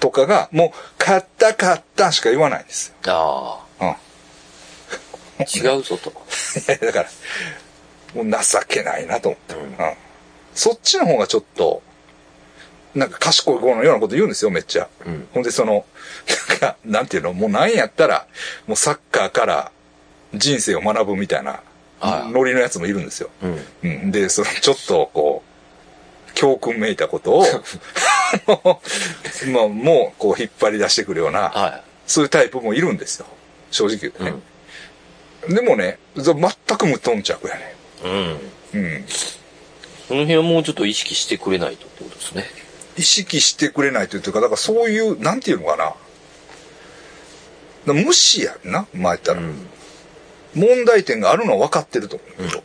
Speaker 1: とかが、もう、買った買ったしか言わないんですよ。う
Speaker 2: あ
Speaker 1: ん。 <laughs>
Speaker 2: あ、違うぞと。
Speaker 1: いやだから、もう情けないなと思って、うん。そっちの方がちょっと、なんか賢い子のようなこと言うんですよ、めっちゃ。
Speaker 2: うん。
Speaker 1: ほんでその、なんか、なんていうの、もうなんやったら、もうサッカーから人生を学ぶみたいな、
Speaker 2: はい
Speaker 1: ノリのやつもいるんですよ。
Speaker 2: うん。
Speaker 1: うん、で、その、ちょっと、こう、教訓めいたことを、あ
Speaker 2: <laughs>
Speaker 1: のまあ、もう、こう、引っ張り出してくるような、
Speaker 2: は
Speaker 1: そういうタイプもいるんですよ。正直言ってね。でもね、ぞ全く無頓着やね。
Speaker 2: い。うん。
Speaker 1: うん。
Speaker 2: その辺はもうちょっと意識してくれないとってことですね。
Speaker 1: 意識してくれないというか、だからそういう、なんていうのかな。だから無視やんな、前ったら。
Speaker 2: ん。
Speaker 1: 問題点があるのは分かってると思うけど、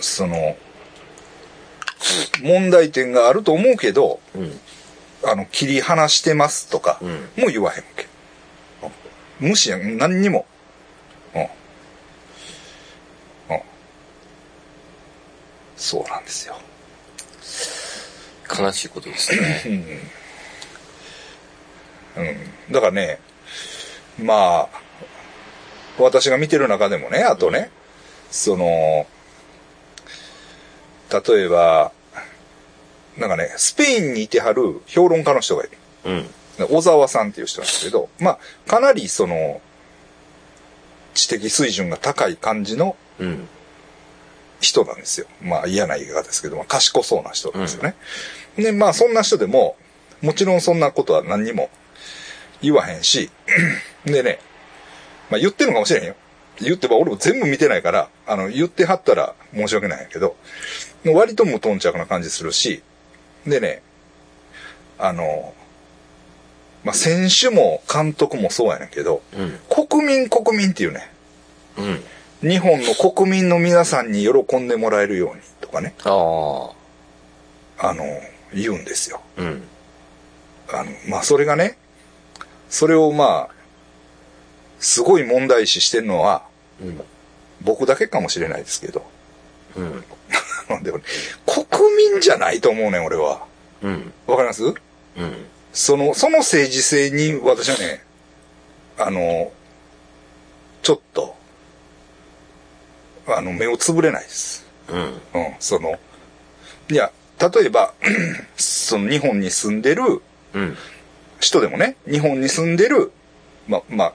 Speaker 1: その、問題点があると思うけど、
Speaker 2: うん。
Speaker 1: あの、切り離してますとか、
Speaker 2: うん
Speaker 1: もう言わへんわけ。無視やん、何にも。うん。うん。そうなんですよ。
Speaker 2: 悲しいことですね。
Speaker 1: だからね、まあ、私が見てる中でもね、あとね、その、例えば、なんかね、スペインにいてはる評論家の人がいる。
Speaker 2: うん。
Speaker 1: 小沢さんっていう人なんですけど、まあ、かなりその、知的水準が高い感じの
Speaker 2: うん。
Speaker 1: 人なんですよ。まあ嫌な言い方ですけど、まあ賢そうな人なんですよね。で、まあそんな人でも、もちろんそんなことは何にも言わへんし、 <clears throat> でね、まあ言ってるのかもしれへんよ。言ってば俺も全部見てないから、あの、言ってはったら申し訳ないんやけど、割と無頓着な感じするし、でね、あの、まあ、選手も監督もそうやねんけど、
Speaker 2: うん。
Speaker 1: 国民国民っていうね、
Speaker 2: うん。
Speaker 1: 日本の国民の皆さんに喜んでもらえるようにとかね、
Speaker 2: ああ。
Speaker 1: あの、言うんですよ。
Speaker 2: うん。
Speaker 1: あの、まあ、それがね、それをまあ、すごい問題視してるのは、
Speaker 2: うん。
Speaker 1: 僕だけかもしれないですけど。
Speaker 2: うん。
Speaker 1: でもね、国民じゃないと思うねん、俺は。
Speaker 2: うん。
Speaker 1: わかります
Speaker 2: うん。
Speaker 1: その、その政治性に私はね、あの、ちょっと、あの、目をつぶれないです。
Speaker 2: うん。
Speaker 1: うん、その、いや、例えば、 <clears throat> その日本に住んでる
Speaker 2: うん。
Speaker 1: 人でもね、日本に住んでる、ま、まあ、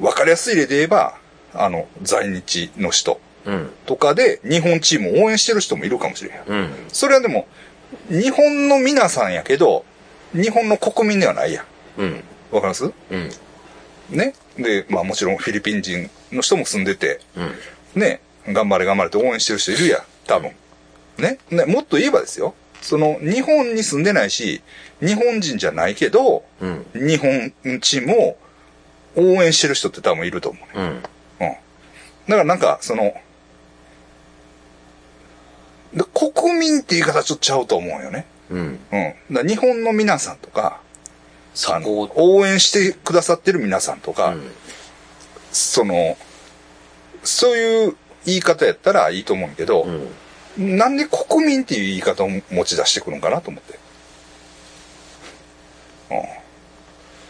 Speaker 1: わかりやすい例で言えば、あの、在日の人
Speaker 2: うん。
Speaker 1: とかで日本チームを応援してる人もいるかもしれへん。
Speaker 2: うん。
Speaker 1: それはでも、日本の皆さんやけど、日本の国民ではないやん。
Speaker 2: うん。
Speaker 1: わかります
Speaker 2: うん。
Speaker 1: ね。で、まあもちろんフィリピン人の人も住んでて、
Speaker 2: うん。
Speaker 1: ね、頑張れ頑張れって応援してる人いるやん、多分。ね。ねもっと言えばですよ。その、日本に住んでないし、日本人じゃないけど、
Speaker 2: うん。
Speaker 1: 日本チームを応援してる人って多分いると思うね。
Speaker 2: うん。
Speaker 1: うん。だからなんか、その、で国民って言い方ちょっとちゃうと思うよね。
Speaker 2: うん。
Speaker 1: うん。だから日本の皆さんとか、
Speaker 2: サ
Speaker 1: あの
Speaker 2: ポート。
Speaker 1: 応援してくださってる皆さんと
Speaker 2: う
Speaker 1: か、
Speaker 2: ん。
Speaker 1: その、そういう言い方やったらいいと思うんやけど、
Speaker 2: うん。
Speaker 1: なんで国民っていう言い方を持ち出してくるのかなと思って。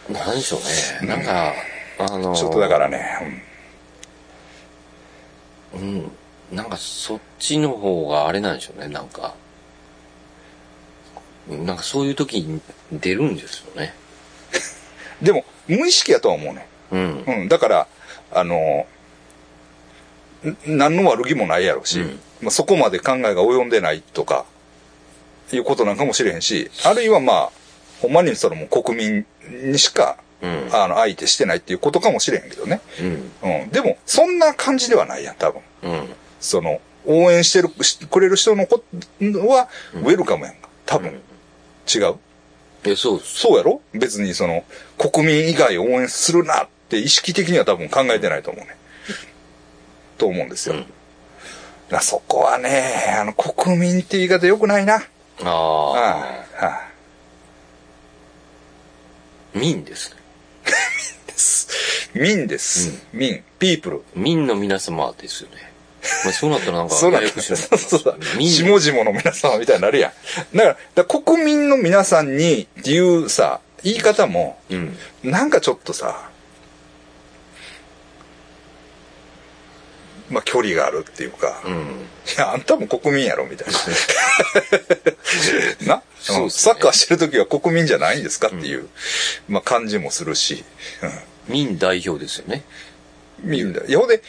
Speaker 2: なんでしょうね。なんか、あの、
Speaker 1: ちょっとだからね、
Speaker 2: うん。なんかそっちの方があれなんでしょうね、なんか。なんかそういう時に出るんですよね。
Speaker 1: うんでも、無意識やとは思うね。
Speaker 2: うん。
Speaker 1: うん。だから、あの、ん何の悪気もないやろうし、
Speaker 2: うん
Speaker 1: まあ、そこまで考えが及んでないとか、いうことなんかもしれへんし、あるいはまあ、ほんまにそのもう国民にしか、
Speaker 2: うん。
Speaker 1: あの、相手してないっていうことかもしれへんけどね。
Speaker 2: うん。
Speaker 1: うん。でも、そんな感じではないやん、多分。
Speaker 2: うん。
Speaker 1: その、応援してる、しくれる人のことは、ウェルカムやんか。多分。違う。
Speaker 2: え、そうです。
Speaker 1: そうやろ別にその、国民以外を応援するなって意識的には多分考えてないと思うね。と思うんですよ。
Speaker 2: うん
Speaker 1: だからそこはね、あの、国民って言い方良くないな。ああ
Speaker 2: ああ。
Speaker 1: ああ
Speaker 2: 民ですね。
Speaker 1: です。民です。民。ピープル。
Speaker 2: 民の皆様ですよね。まあ、そうなったらなん
Speaker 1: <laughs>
Speaker 2: か、
Speaker 1: そうなんだ。
Speaker 2: ややこしい
Speaker 1: そう
Speaker 2: な
Speaker 1: そうだ。
Speaker 2: 民
Speaker 1: 下々の皆様みたいになるやん。だから、だから国民の皆さんにっていうさ、言い方も、
Speaker 2: うん。
Speaker 1: なんかちょっとさ、まあ距離があるっていうか、
Speaker 2: う
Speaker 1: い
Speaker 2: ん。
Speaker 1: や、あんたも国民やろみたい
Speaker 2: <laughs>
Speaker 1: な。な、
Speaker 2: そう
Speaker 1: うん
Speaker 2: ですね
Speaker 1: サッカーしてる時は国民じゃないんですかっていう、まあ感じもするし、うん
Speaker 2: 民代表ですよね。
Speaker 1: みんな、いやほんで、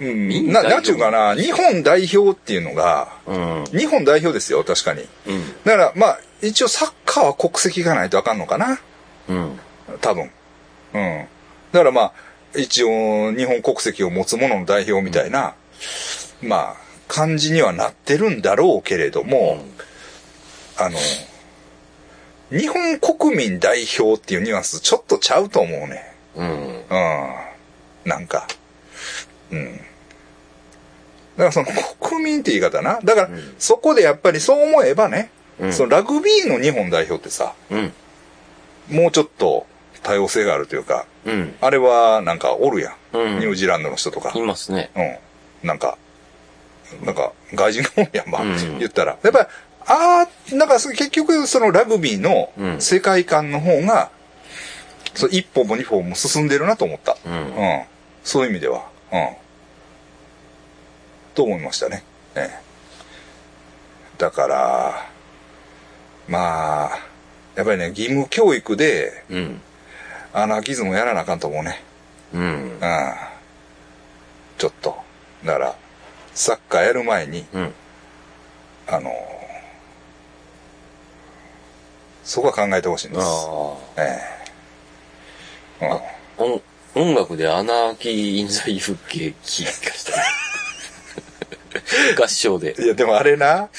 Speaker 1: うん、
Speaker 2: 民
Speaker 1: な、
Speaker 2: 代表
Speaker 1: なんちゅうかな、日本代表っていうのが、
Speaker 2: うん。
Speaker 1: 日本代表ですよ、確かに。
Speaker 2: うん。
Speaker 1: だから、まあ、一応サッカーは国籍がないとあかんのかな、
Speaker 2: うん。
Speaker 1: 多分。うん。だからまあ、一応、日本国籍を持つ者の代表みたいな、まあ、感じにはなってるんだろうけれども、あの、日本国民代表っていうニュアンスちょっとちゃうと思うね。
Speaker 2: うん。
Speaker 1: うん。なんか。うん。だからその国民って言い方な。だから
Speaker 2: うん
Speaker 1: そこでやっぱりそう思えばね、
Speaker 2: うん
Speaker 1: そのラグビーの日本代表ってさ、
Speaker 2: うん。
Speaker 1: もうちょっと多様性があるというか、
Speaker 2: うん。
Speaker 1: あれはなんかおるやん。
Speaker 2: うん
Speaker 1: ニュージーランドの人とか
Speaker 2: い。ますね。
Speaker 1: うん。なんか、なんか外人がおるやん、まあ、
Speaker 2: うん
Speaker 1: 言ったら。やっぱり、ああ、なんかそ結局そのラグビー
Speaker 2: う
Speaker 1: の
Speaker 2: ん
Speaker 1: 世界観の方が、そう一歩も二歩も進んでるなと思った。
Speaker 2: うん。
Speaker 1: うん。そういう意味では。うん。と思いましたね。ええ。だから、まあ、やっぱりね、義務教育で
Speaker 2: うん。
Speaker 1: アナーキズムやらなあかんと思うね。
Speaker 2: うん
Speaker 1: う。ん。ちょっと。だから、サッカーやる前に、
Speaker 2: うん。
Speaker 1: あのーそこは考えてほしいん
Speaker 2: あ
Speaker 1: です。
Speaker 2: あ。
Speaker 1: ええ。うん。
Speaker 2: 音音楽でアナーキー・イン・ザ・ユッケ聞かした。合唱で。
Speaker 1: いや、でもあれな、あ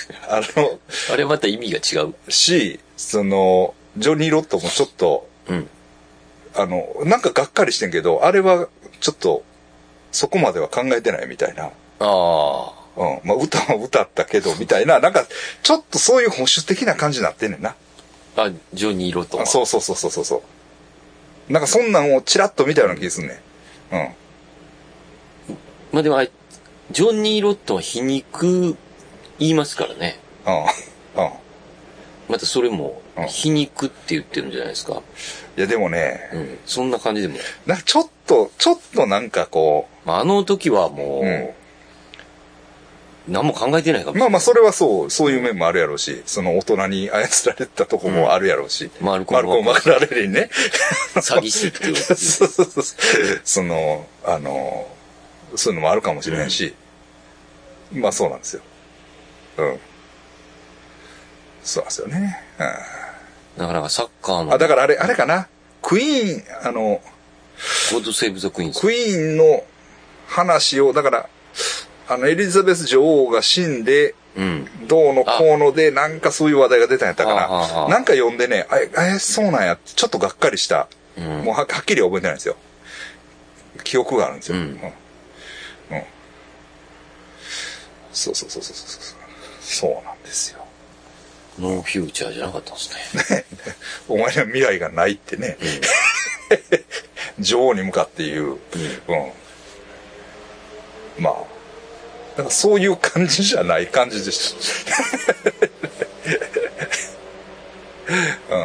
Speaker 1: の、
Speaker 2: あれまた意味が違う。
Speaker 1: し、その、ジョニー・ロットもちょっと、
Speaker 2: うん。
Speaker 1: あの、なんかがっかりしてんけど、あれはちょっと、そこまでは考えてないみたいな。
Speaker 2: ああ。
Speaker 1: うん。まあ、歌は歌ったけど、みたいな。なんか、ちょっとそういう保守的な感じになってんねんな。
Speaker 2: あ、ジョニー・ロト
Speaker 1: あそうそうそうそうそうそう。なんかそんなんをチラッと見たような気がすんねん。うん。
Speaker 2: まあでもあれ、ジョニー・ロットンは皮肉言いますからね。
Speaker 1: うん。うん。
Speaker 2: またそれも
Speaker 1: うん、
Speaker 2: 皮肉って言ってるんじゃないですか。
Speaker 1: いや、でもね、
Speaker 2: うん。そんな感じでも。
Speaker 1: なんかちょっと、ちょっとなんかこ
Speaker 2: まあ、あの時はもう、
Speaker 1: うん
Speaker 2: 何も考えてないか
Speaker 1: う、
Speaker 2: も。
Speaker 1: まあまあそれはそう、そういう面もあるやろうし、その大人に操られたとこもあるやろうし。
Speaker 2: マルコ
Speaker 1: マルコ・
Speaker 2: ム
Speaker 1: マ
Speaker 2: が
Speaker 1: クラレリン
Speaker 2: <laughs>
Speaker 1: ね。
Speaker 2: 詐欺師ってい
Speaker 1: <laughs>
Speaker 2: う。
Speaker 1: そうそうそう。その、あの、そういうのもあるかもしれないし、まあそうなんですよ。うん。そうなんですよね。
Speaker 2: なかなかサッカー
Speaker 1: う
Speaker 2: の
Speaker 1: ん、あ、だからあれ、あれかな。クイーン、あの、
Speaker 2: ゴードセーブ・ザ・クイーンズ。
Speaker 1: クイーンの話を、だから、あの、エリザベス女王が死んで、
Speaker 2: うん。
Speaker 1: どうのこうので、なんかそういう話題が出たんやったか
Speaker 2: あああ
Speaker 1: な。
Speaker 2: あ
Speaker 1: なんか読んでね、あえ、あえそうなんやって、ちょっとがっかりした。
Speaker 2: うん
Speaker 1: もうははっきり覚えてないんですよ。記憶があるんですよ。
Speaker 2: う
Speaker 1: うん
Speaker 2: ん。
Speaker 1: うんそうそうそうそうそう。そうなんですよ。
Speaker 2: ノーフューチャーじゃなかったんですね。
Speaker 1: お前には未来がないってね。女王に向かって言う。うん。まあ。なんかそういう感じじゃない感じでした。う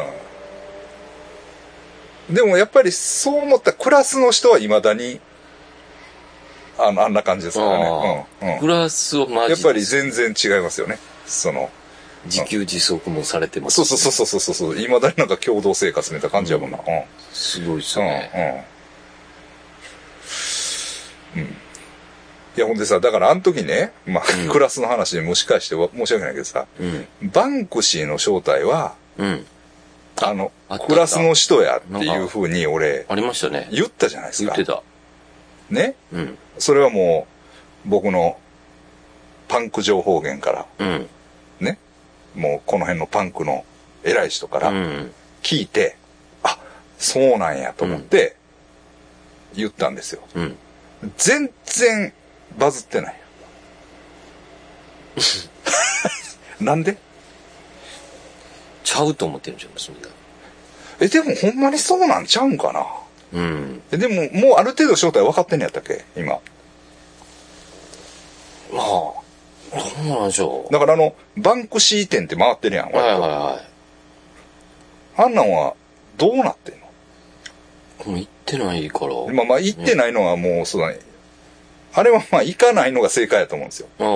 Speaker 1: ん。でもやっぱりそう思ったクラスの人は未だに、あの、あんな感じですからね。 <laughs> うん。うん
Speaker 2: グラスをマ
Speaker 1: やっ
Speaker 2: ジ
Speaker 1: ぱ
Speaker 2: で
Speaker 1: り全然違いますよね。その、
Speaker 2: 自給自足もされてます。
Speaker 1: そうそうそうそうそうそう、未だになんか共同生活みたいな感じやもんな。うん。
Speaker 2: すごいです
Speaker 1: うん、うん。
Speaker 2: ね。
Speaker 1: いや、ほんでさ、だからあの時ね、まあ、 <laughs> クラスの話に蒸し返してわ申し訳ないけどさ、
Speaker 2: うん。
Speaker 1: バンクシーの正体は、
Speaker 2: うん。
Speaker 1: あの
Speaker 2: あった、
Speaker 1: クラスの人やって
Speaker 2: なん
Speaker 1: いう
Speaker 2: か
Speaker 1: ふうに俺、
Speaker 2: ありましたね。
Speaker 1: 言ったじゃないです
Speaker 2: 言
Speaker 1: か。
Speaker 2: ってた。
Speaker 1: ね。
Speaker 2: うん。
Speaker 1: それはもう、僕のパンク情報源から、
Speaker 2: うん。
Speaker 1: ね。もうこの辺のパンクの偉い人か
Speaker 2: う
Speaker 1: ら
Speaker 2: ん。
Speaker 1: 聞いて、あ、そうなんやと思って、言ったんですよ。
Speaker 2: うん。
Speaker 1: 全然バズってない。 <laughs> なんで
Speaker 2: ちゃうと思ってるんじゃないですか、
Speaker 1: え、でもほんまにそうなんちゃうんかな
Speaker 2: みんな。うん。
Speaker 1: え、でももうある程度正体分かってんのやったっけ今。
Speaker 2: まあ、そうなんでしょう。
Speaker 1: だからあの、バンクシー店って回ってるやん、
Speaker 2: はい
Speaker 1: 割
Speaker 2: はい
Speaker 1: と。
Speaker 2: は
Speaker 1: あんなんはどうなってんの
Speaker 2: い。もう行ってないから。
Speaker 1: まあまあ行ってないのはもうそうだね。あれはまあ行かないのが正解やと思うんですよ。
Speaker 2: ああ、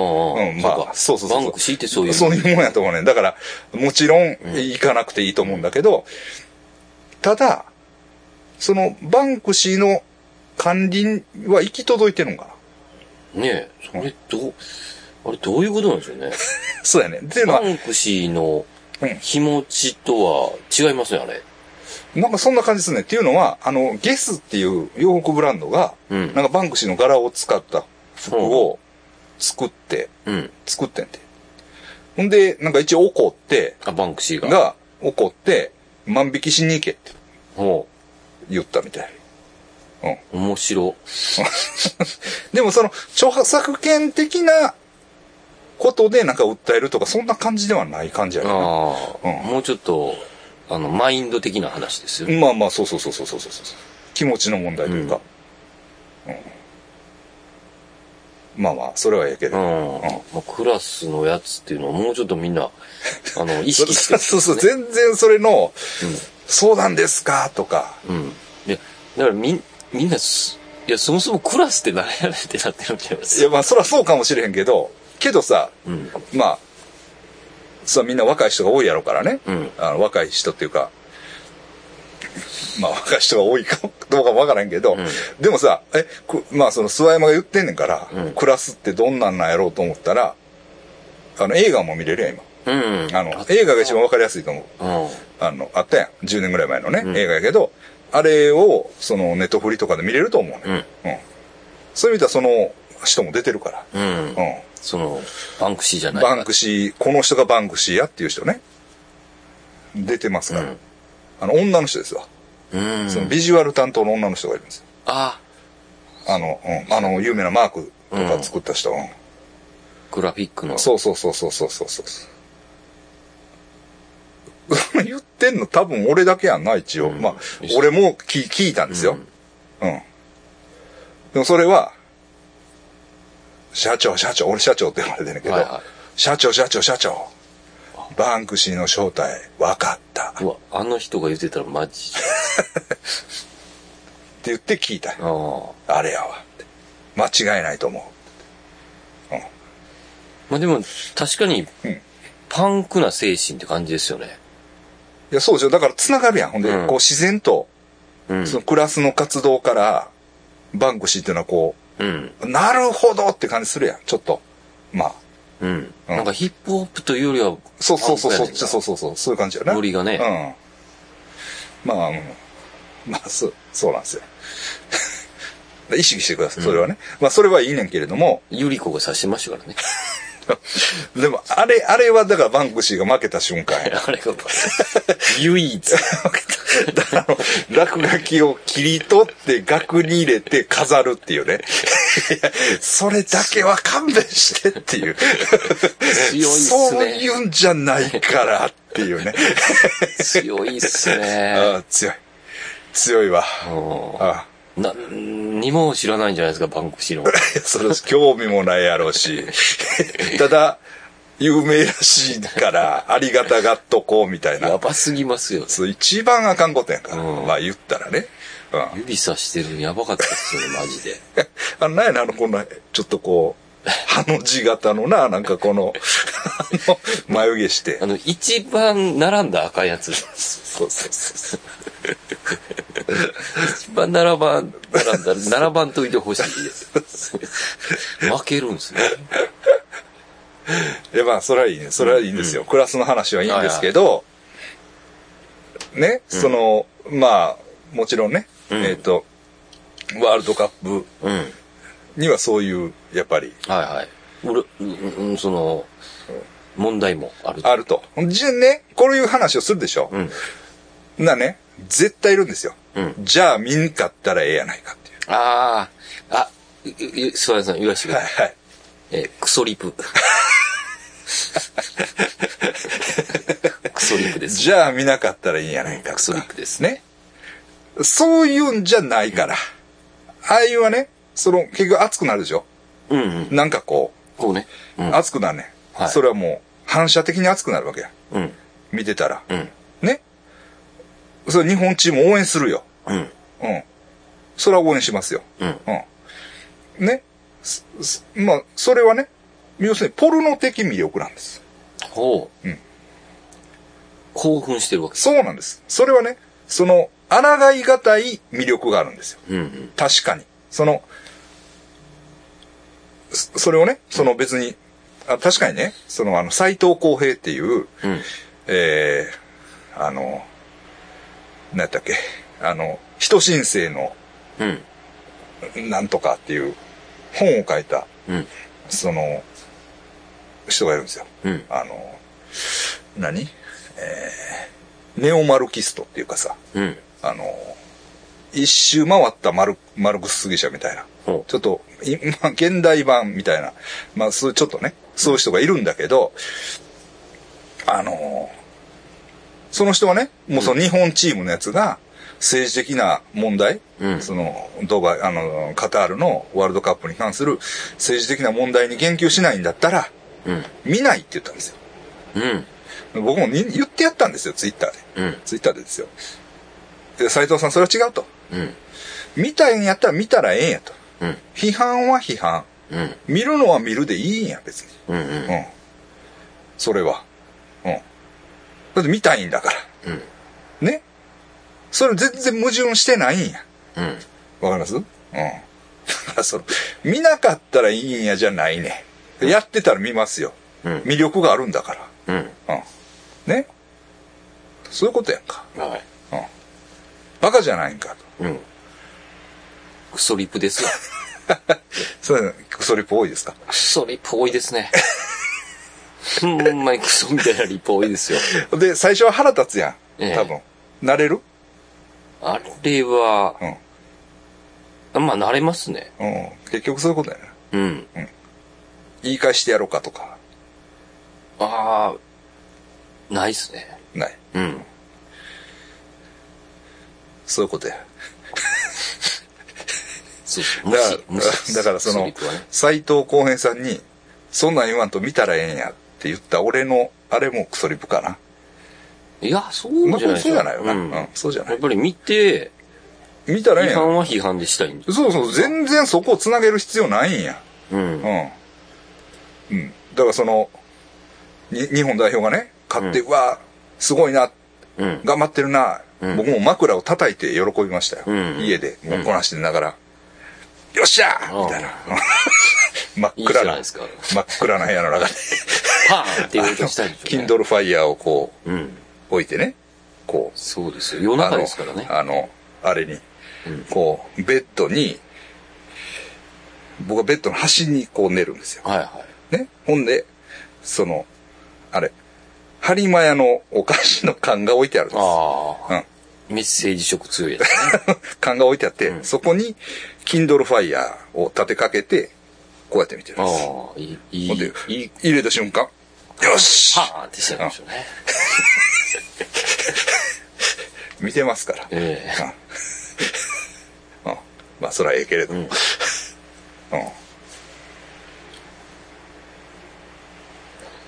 Speaker 1: うんまあ
Speaker 2: か
Speaker 1: そうそうそうそう
Speaker 2: バンクシーってそういう。
Speaker 1: そういうもんやと思うねん。だから、もちろん、行かなくていいと思うんだけど、ただ、その、バンクシーの管理は行き届いてるんかな。
Speaker 2: ねえ、それどう、あれどういうことなんで
Speaker 1: <laughs>
Speaker 2: しょうね。
Speaker 1: そうやね。っていうの
Speaker 2: バ
Speaker 1: は、
Speaker 2: ンクシーの
Speaker 1: うん
Speaker 2: 日持ちとは違いますね、あれ。
Speaker 1: なんかそんな感じですね。っていうのは、あの、ゲスっていう洋服ブランドが、
Speaker 2: うん
Speaker 1: なんかバンクシーの柄を使った服を作って、
Speaker 2: うん。
Speaker 1: 作ってんて。ほんで、なんか一応怒って、
Speaker 2: あ、バンクシーが。
Speaker 1: が、怒って、万引きしに行けって
Speaker 2: ほ
Speaker 1: 言ったみたい。うん。
Speaker 2: う。面白。
Speaker 1: でもその、著作権的なことでなんか訴えるとか、そんな感じではない感じや
Speaker 2: ああ
Speaker 1: な。、うん
Speaker 2: もうちょっと、あの、マインド的な話ですよね。
Speaker 1: まあまあ、そうそうそうそうそうそうそう。気持ちの問題というか。うんまあまあ、それはええけ
Speaker 2: う
Speaker 1: ど。
Speaker 2: ん。まあ、クラスのやつっていうのはもうちょっとみんな、
Speaker 1: <laughs>
Speaker 2: あの、意
Speaker 1: そ
Speaker 2: 識して
Speaker 1: う
Speaker 2: る、
Speaker 1: そうそう、全然それの、そうなんですかとか。
Speaker 2: うん。いや、だからみん、みんなす、いや、そもそもクラスって何やねんってなってるんじゃないで
Speaker 1: い
Speaker 2: すか。
Speaker 1: やまあ、そりゃそうかもしれへんけど、けどさ、
Speaker 2: うん。
Speaker 1: まあ、さみんな若い人が多いやろうからね。
Speaker 2: うん
Speaker 1: あの若い人っていうか、まあ若い人が多いかどうかもわからんけど、
Speaker 2: ん
Speaker 1: でもさ、え、くまあその諏訪山が言ってんねんから、
Speaker 2: うん
Speaker 1: クラスってどんなんなんやろうと思ったら、あの映画も見れるやん、
Speaker 2: うん。
Speaker 1: 今。あの、映画が一番わかりやすいと思う。
Speaker 2: うん。
Speaker 1: あの、あったやん。10年ぐらい前のね、
Speaker 2: うん
Speaker 1: 映画やけど、あれを、その、ネットフリとかで見れると思うね。
Speaker 2: うん。
Speaker 1: うん。そういう意味ではその人も出てるから。
Speaker 2: うん。
Speaker 1: うん。
Speaker 2: その、バンクシーじゃない。
Speaker 1: バンクシー、この人がバンクシーやっていう人ね。出てますから。
Speaker 2: うん
Speaker 1: あの、女の人ですわ。
Speaker 2: うん。
Speaker 1: そのビジュアル担当の女の人がいるんですよ。
Speaker 2: あ
Speaker 1: あの、うん、あの、有名なマークとか作った人。うん
Speaker 2: グラフィックの。
Speaker 1: そうそうそうそうそうそう <laughs> そう。言ってんの多分俺だけやんな、一応。
Speaker 2: ん
Speaker 1: まあ
Speaker 2: 一、緒
Speaker 1: 俺も聞聞いたんですよ。うん。でもそれは、社長、社長、俺社長って言われてんねんけど、
Speaker 2: はいは
Speaker 1: 社長、社長、社長、バンクシーの正体、分かった。っ
Speaker 2: うわ、あの人が言ってたらマジ。
Speaker 1: て言って聞いた。
Speaker 2: ああ。
Speaker 1: あれやわって。間違いないと思う。
Speaker 2: まあでも、確かに
Speaker 1: うん、
Speaker 2: パンクな精神って感じですよね。
Speaker 1: いや、そうですよ。だから繋がるやん。ほんで、
Speaker 2: うん
Speaker 1: こう自然と、
Speaker 2: うん。
Speaker 1: そのクラスの活動から、バンクシーっていうのはこ
Speaker 2: うん。
Speaker 1: う、なるほどって感じするやん。ちょっと。まあ。
Speaker 2: うん。
Speaker 1: うん
Speaker 2: なんかヒップホップというよりは、
Speaker 1: そうそうそう、そっ
Speaker 2: パンクやねんな
Speaker 1: ち、そうそうそう、そういう感じやな。
Speaker 2: ノリがね。
Speaker 1: うん。まあ、うん、まあ、そう、そうなんですよ。 <laughs> 意識してください、それはね。まあ、それはいいねんけれども、
Speaker 2: ゆり子が指してましたからね。 <laughs>
Speaker 1: でも、あれ、あれは、だから、バンクシーが負けた瞬間や。
Speaker 2: あれが、 <laughs>
Speaker 1: <laughs>
Speaker 2: 唯一。
Speaker 1: だからあの、落書きを切り取って額に入れて飾るって
Speaker 2: <laughs>
Speaker 1: いうね。いやそれだけは勘弁してっていう。
Speaker 2: 強いっす
Speaker 1: そうい
Speaker 2: ね。
Speaker 1: うんじゃないからっていう
Speaker 2: <laughs>
Speaker 1: ね。
Speaker 2: 強いっすね。
Speaker 1: ああ強い。強いわ。
Speaker 2: うん
Speaker 1: ああ
Speaker 2: なんにも知らないんじゃないですか、バンクシーの。
Speaker 1: いやそれ興味もないやろう
Speaker 2: <laughs>
Speaker 1: し。ただ、有名らしいから、ありがたがっとこうみたい
Speaker 2: や
Speaker 1: な。
Speaker 2: ばすぎますよ。
Speaker 1: そう一番あかんことやんか。
Speaker 2: うん
Speaker 1: まあ言ったらね。うん
Speaker 2: 指さしてるのやばかったっすよね、マジで。
Speaker 1: あの、なんやねんあの、この、ちょっとこう、ハの字型のな、なんかこの、 <laughs> あの眉毛して
Speaker 2: あ。の、一番並んだ赤いやつ。
Speaker 1: そうそうそう。
Speaker 2: 一番並ばん、並んだ、並ばんといてほしいです。負けるんですね。
Speaker 1: いや、まあ、それはいいね。それはいいんですよ。クラスの話はいいんですけど、ね、その、まあ、もちろんね、
Speaker 2: うん
Speaker 1: えっと、ワールドカップ
Speaker 2: うん。はい
Speaker 1: にはそういう、やっぱり、
Speaker 2: はい。俺、うんうん、その、問題もある。
Speaker 1: あると。じゃあね、こういう話をするでしょ
Speaker 2: う。ん。
Speaker 1: なね、絶対いるんですよ。
Speaker 2: うん。
Speaker 1: じゃあ、見んかったらええやないかっていう。
Speaker 2: ああ、あ、いいすわやさん、言わしてくだ
Speaker 1: はい
Speaker 2: さい。
Speaker 1: はい。
Speaker 2: えークソリ <laughs> プ。クソリプです。
Speaker 1: じゃあ、見なかったらいいんやないかとか。
Speaker 2: クソリプですね。
Speaker 1: ね。そういうんじゃないから。ああいうはね、その、結局熱くなるでしょ
Speaker 2: うんうん。
Speaker 1: なんかこ
Speaker 2: こうね。う
Speaker 1: う、
Speaker 2: ん。
Speaker 1: 熱くなるね、
Speaker 2: はい
Speaker 1: それはもう、反射的に熱くなるわけや。
Speaker 2: うん。
Speaker 1: 見てたら。
Speaker 2: うん。
Speaker 1: ね。それ日本チーム応援するよ。
Speaker 2: うん。
Speaker 1: うん。それは応援しますよ。
Speaker 2: うん。
Speaker 1: うん。ね。すすまあ、それはね、要するにポルノ的魅力なんです。
Speaker 2: ほう。
Speaker 1: うん
Speaker 2: 興奮してるわけ。
Speaker 1: そうなんです。それはね、その、抗いがたい魅力があるんですよ。
Speaker 2: うんうん。
Speaker 1: 確かに。その、そそれをね、その別に、あ確かにね、そのあの、斎藤浩平っていう、
Speaker 2: うん。
Speaker 1: えー、あの、何やったっけ、あの、人申請の
Speaker 2: うん。
Speaker 1: なんとかっていう本を書いた、
Speaker 2: うん。
Speaker 1: その、人がいるんですよ。
Speaker 2: うん。
Speaker 1: あの、何えー、ネオマルキストっていうかさ、
Speaker 2: うん。
Speaker 1: あの、一周回ったマルマルクス主義者みたいな。
Speaker 2: ほ
Speaker 1: ちょっと、い <laughs> まあ、現代版みたいな、まあ、そういう、ちょっとね、そういう人がいるんだけど、あのーその人はね、もうその日本チームのやつが、政治的な問題、
Speaker 2: うん
Speaker 1: その、ドバイ、あの、カタールのワールドカップに関する政治的な問題に言及しないんだったら、
Speaker 2: う。うん。
Speaker 1: 見ないって言ったんですよ。
Speaker 2: うん。
Speaker 1: 僕もに言ってやったんですよ、ツイッターで。
Speaker 2: うん。
Speaker 1: ツイッターでですよ。で斉藤さん、それは違うと。
Speaker 2: うん。
Speaker 1: 見たいんやったら見たらええんやと。
Speaker 2: うん。
Speaker 1: 批判は批判。
Speaker 2: うん。
Speaker 1: 見るのは見るでいいんや、別に。
Speaker 2: うん。
Speaker 1: う。
Speaker 2: うん
Speaker 1: それは。うん。だって見たいんだか
Speaker 2: ん。
Speaker 1: ら。ね。それ全然矛盾してないんや。
Speaker 2: うん。
Speaker 1: わかりますうん。 <laughs> だからその、見なかったらいいんやじゃないね。やってたら見ますよ。
Speaker 2: うん
Speaker 1: 魅力があるんだか
Speaker 2: うん。
Speaker 1: ら。うん。ね。そういうことやんか。
Speaker 2: はい。
Speaker 1: バカじゃないんかと。
Speaker 2: <laughs> うん。クソリプですよ。
Speaker 1: そういうの、それっぽ多いですか
Speaker 2: クソリップ多いですね。 <laughs> ほんまにクソみたいなリップ多いですよ。
Speaker 1: で、最初は腹立つや
Speaker 2: え
Speaker 1: ん。
Speaker 2: え
Speaker 1: 多分。慣れる
Speaker 2: あれは、
Speaker 1: うん。
Speaker 2: まあ慣れますね。
Speaker 1: うん。結局そういうことやな。
Speaker 2: うん。
Speaker 1: 言い返してやろうかとか、
Speaker 2: ああ、ないですね。
Speaker 1: ない。
Speaker 2: うん。
Speaker 1: そういうことや。
Speaker 2: そうそ
Speaker 1: だ
Speaker 2: う。無視、
Speaker 1: か
Speaker 2: 無
Speaker 1: ら <laughs>
Speaker 2: 視。
Speaker 1: だからそ
Speaker 2: クソ
Speaker 1: の
Speaker 2: リップはね、
Speaker 1: 斎藤浩平さんに、そんなん言わんと見たらええんやって言った俺の、あれもクソリプかな。
Speaker 2: いや、そう
Speaker 1: まあ、
Speaker 2: じゃない
Speaker 1: そうじゃないよな、
Speaker 2: う
Speaker 1: うん
Speaker 2: ん。や
Speaker 1: そうじゃない
Speaker 2: っ。ぱり見て、
Speaker 1: 見たらええん
Speaker 2: 批
Speaker 1: や。
Speaker 2: 判は批判でしたいんで
Speaker 1: そうそう、全然そこを繋げる必要ないんや。
Speaker 2: うん。
Speaker 1: うん。うん。だからその、に日本代表がね、勝って、うわあすごいな、
Speaker 2: うん。
Speaker 1: 頑張ってるな、
Speaker 2: うん
Speaker 1: 僕も枕を叩いて喜びましたよ。
Speaker 2: うん
Speaker 1: 家で、もうこなしてながら、よっしゃーみたいな。 <laughs> 真っ
Speaker 2: いいじ
Speaker 1: 暗
Speaker 2: ゃ
Speaker 1: な
Speaker 2: ないですか。
Speaker 1: 真っ暗な部屋の
Speaker 2: <laughs>
Speaker 1: 中で、
Speaker 2: パーンって言うとしたいで <laughs> しょ、ね。
Speaker 1: Kindle Fire をこう、
Speaker 2: うん。
Speaker 1: 置いてね、こう、
Speaker 2: そうですよ。夜中ですからね。
Speaker 1: あの、あれに、こう、ベッドに、僕はベッドの端にこう寝るんですよ。
Speaker 2: はいは
Speaker 1: ね。ほんで、その、あれ、ハリマヤのお菓子の缶が置いてあるん
Speaker 2: い。
Speaker 1: です。
Speaker 2: あ
Speaker 1: うん。
Speaker 2: あ、メッセージ色強いやつね。
Speaker 1: <laughs> 缶が置いてあって、
Speaker 2: うん
Speaker 1: そこに、Kindle Fire を立てかけて、こうやって見てるん
Speaker 2: あ
Speaker 1: です。
Speaker 2: あ、いい、い
Speaker 1: ほんで
Speaker 2: い、いい、、
Speaker 1: 入れた瞬間、よし
Speaker 2: パーンってしたいんでしょうね。
Speaker 1: 見てますから。
Speaker 2: ええ
Speaker 1: うんうんまあ、それはええけれども。
Speaker 2: う
Speaker 1: うん
Speaker 2: ん。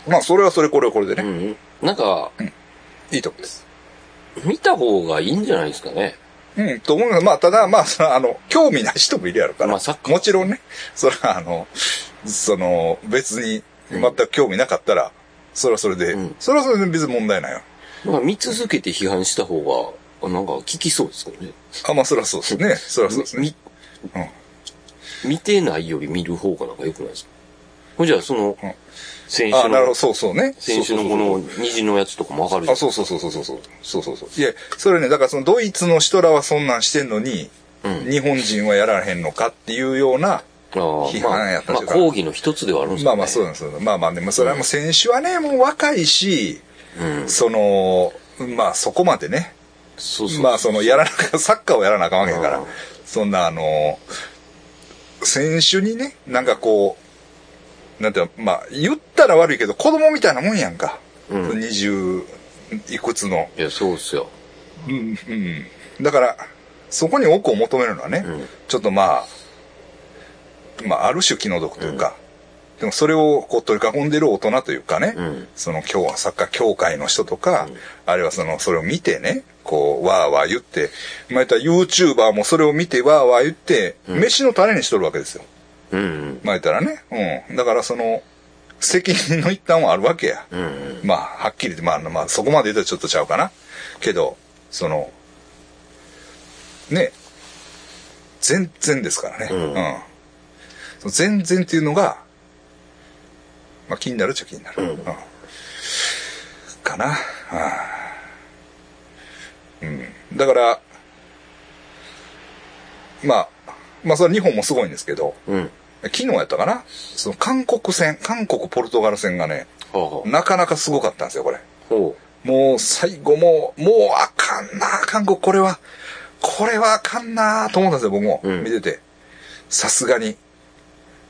Speaker 1: まあ、それはそれ、これはこれでね。
Speaker 2: うん。なんか、
Speaker 1: いいと思うんです。
Speaker 2: 見た方がいいんじゃないですかね。
Speaker 1: うん、と思うけどまあ、ただ、まあ、その、あの、興味ない人もいるやろから。
Speaker 2: まあサッカー
Speaker 1: もちろんね、それは、あの、その、別に、全く興味なかったら、それはそれで、
Speaker 2: うん
Speaker 1: それはそれで別に問題ないよ。
Speaker 2: なんか見続けて批判した方が、なんか効きそうですよね。
Speaker 1: あ、まあ、それはそうですね。それはそうですね。
Speaker 2: み見てないより見る方がなんか良くないですかほんじゃあ、その
Speaker 1: うん、
Speaker 2: 選
Speaker 1: あ、
Speaker 2: 手
Speaker 1: なるほ
Speaker 2: の
Speaker 1: ど、、そうそうね。
Speaker 2: 選手のこの虹のやつとかもわかるじゃ
Speaker 1: あ、
Speaker 2: ん。
Speaker 1: そうそうそうそうそうそう。そうそうそう。いや、それね、だからそのドイツの人らはそんなんしてんのに、
Speaker 2: うん
Speaker 1: 日本人はやらへんのかっていうような、
Speaker 2: あー
Speaker 1: 批判やった
Speaker 2: まあ、
Speaker 1: という
Speaker 2: ま
Speaker 1: か
Speaker 2: あ抗議の一つではあるんです
Speaker 1: ま
Speaker 2: よ
Speaker 1: あ
Speaker 2: ね。
Speaker 1: まあそうなんですよ。まあまあね、まあそれはもう選手はね、もう若いし、
Speaker 2: うん。
Speaker 1: その、まあそこまでね、
Speaker 2: そうそう。
Speaker 1: まあそのやらなか、サッカーをやらなあかんわけやか
Speaker 2: う
Speaker 1: ら
Speaker 2: ん、
Speaker 1: そんなあの、選手にね、なんかこう、なんていうのまあ言ったら悪いけど、子供みたいなもんやんか。
Speaker 2: うん
Speaker 1: 二十いくつの
Speaker 2: いや、そうですよ。
Speaker 1: うんうん、だから、そこに奥を求めるのはね、
Speaker 2: うん
Speaker 1: ちょっとまあ、まあ、ある種気の毒というか、でもそれをこう取り囲んでる大人というかね、
Speaker 2: うん
Speaker 1: その今日はサッカー協会の人とか、あるいはその、それを見てね、こう、わーわー言って、まあ、言ったら YouTuber もそれを見てわーわー言って、飯の種にしとるわけですよ。
Speaker 2: うんうん。
Speaker 1: まあ、言ったらね、うん。だからその、責任の一端はあるわけや。
Speaker 2: うんうん。
Speaker 1: まあ、はっきり言って、まあ、まあ、そこまで言ったらちょっとちゃうかな。けど、その、ね、全然ですからね。
Speaker 2: うん
Speaker 1: うん。その全然っていうのが、まあ、気になるっちゃ気になる。
Speaker 2: うん
Speaker 1: かな。うん。だから、まあ、まあ、それ日本もすごいんですけど、
Speaker 2: うん。は
Speaker 1: 昨日やったかなその韓国戦、韓国ポルトガル戦がね、
Speaker 2: あはあ
Speaker 1: なかなかすごかったんですよ、これ。
Speaker 2: ほ
Speaker 1: もう最後もう、もうあかんな、韓国これは、これはあかんなと思ったんですよ、僕も。
Speaker 2: うん
Speaker 1: 見てて。さすがに。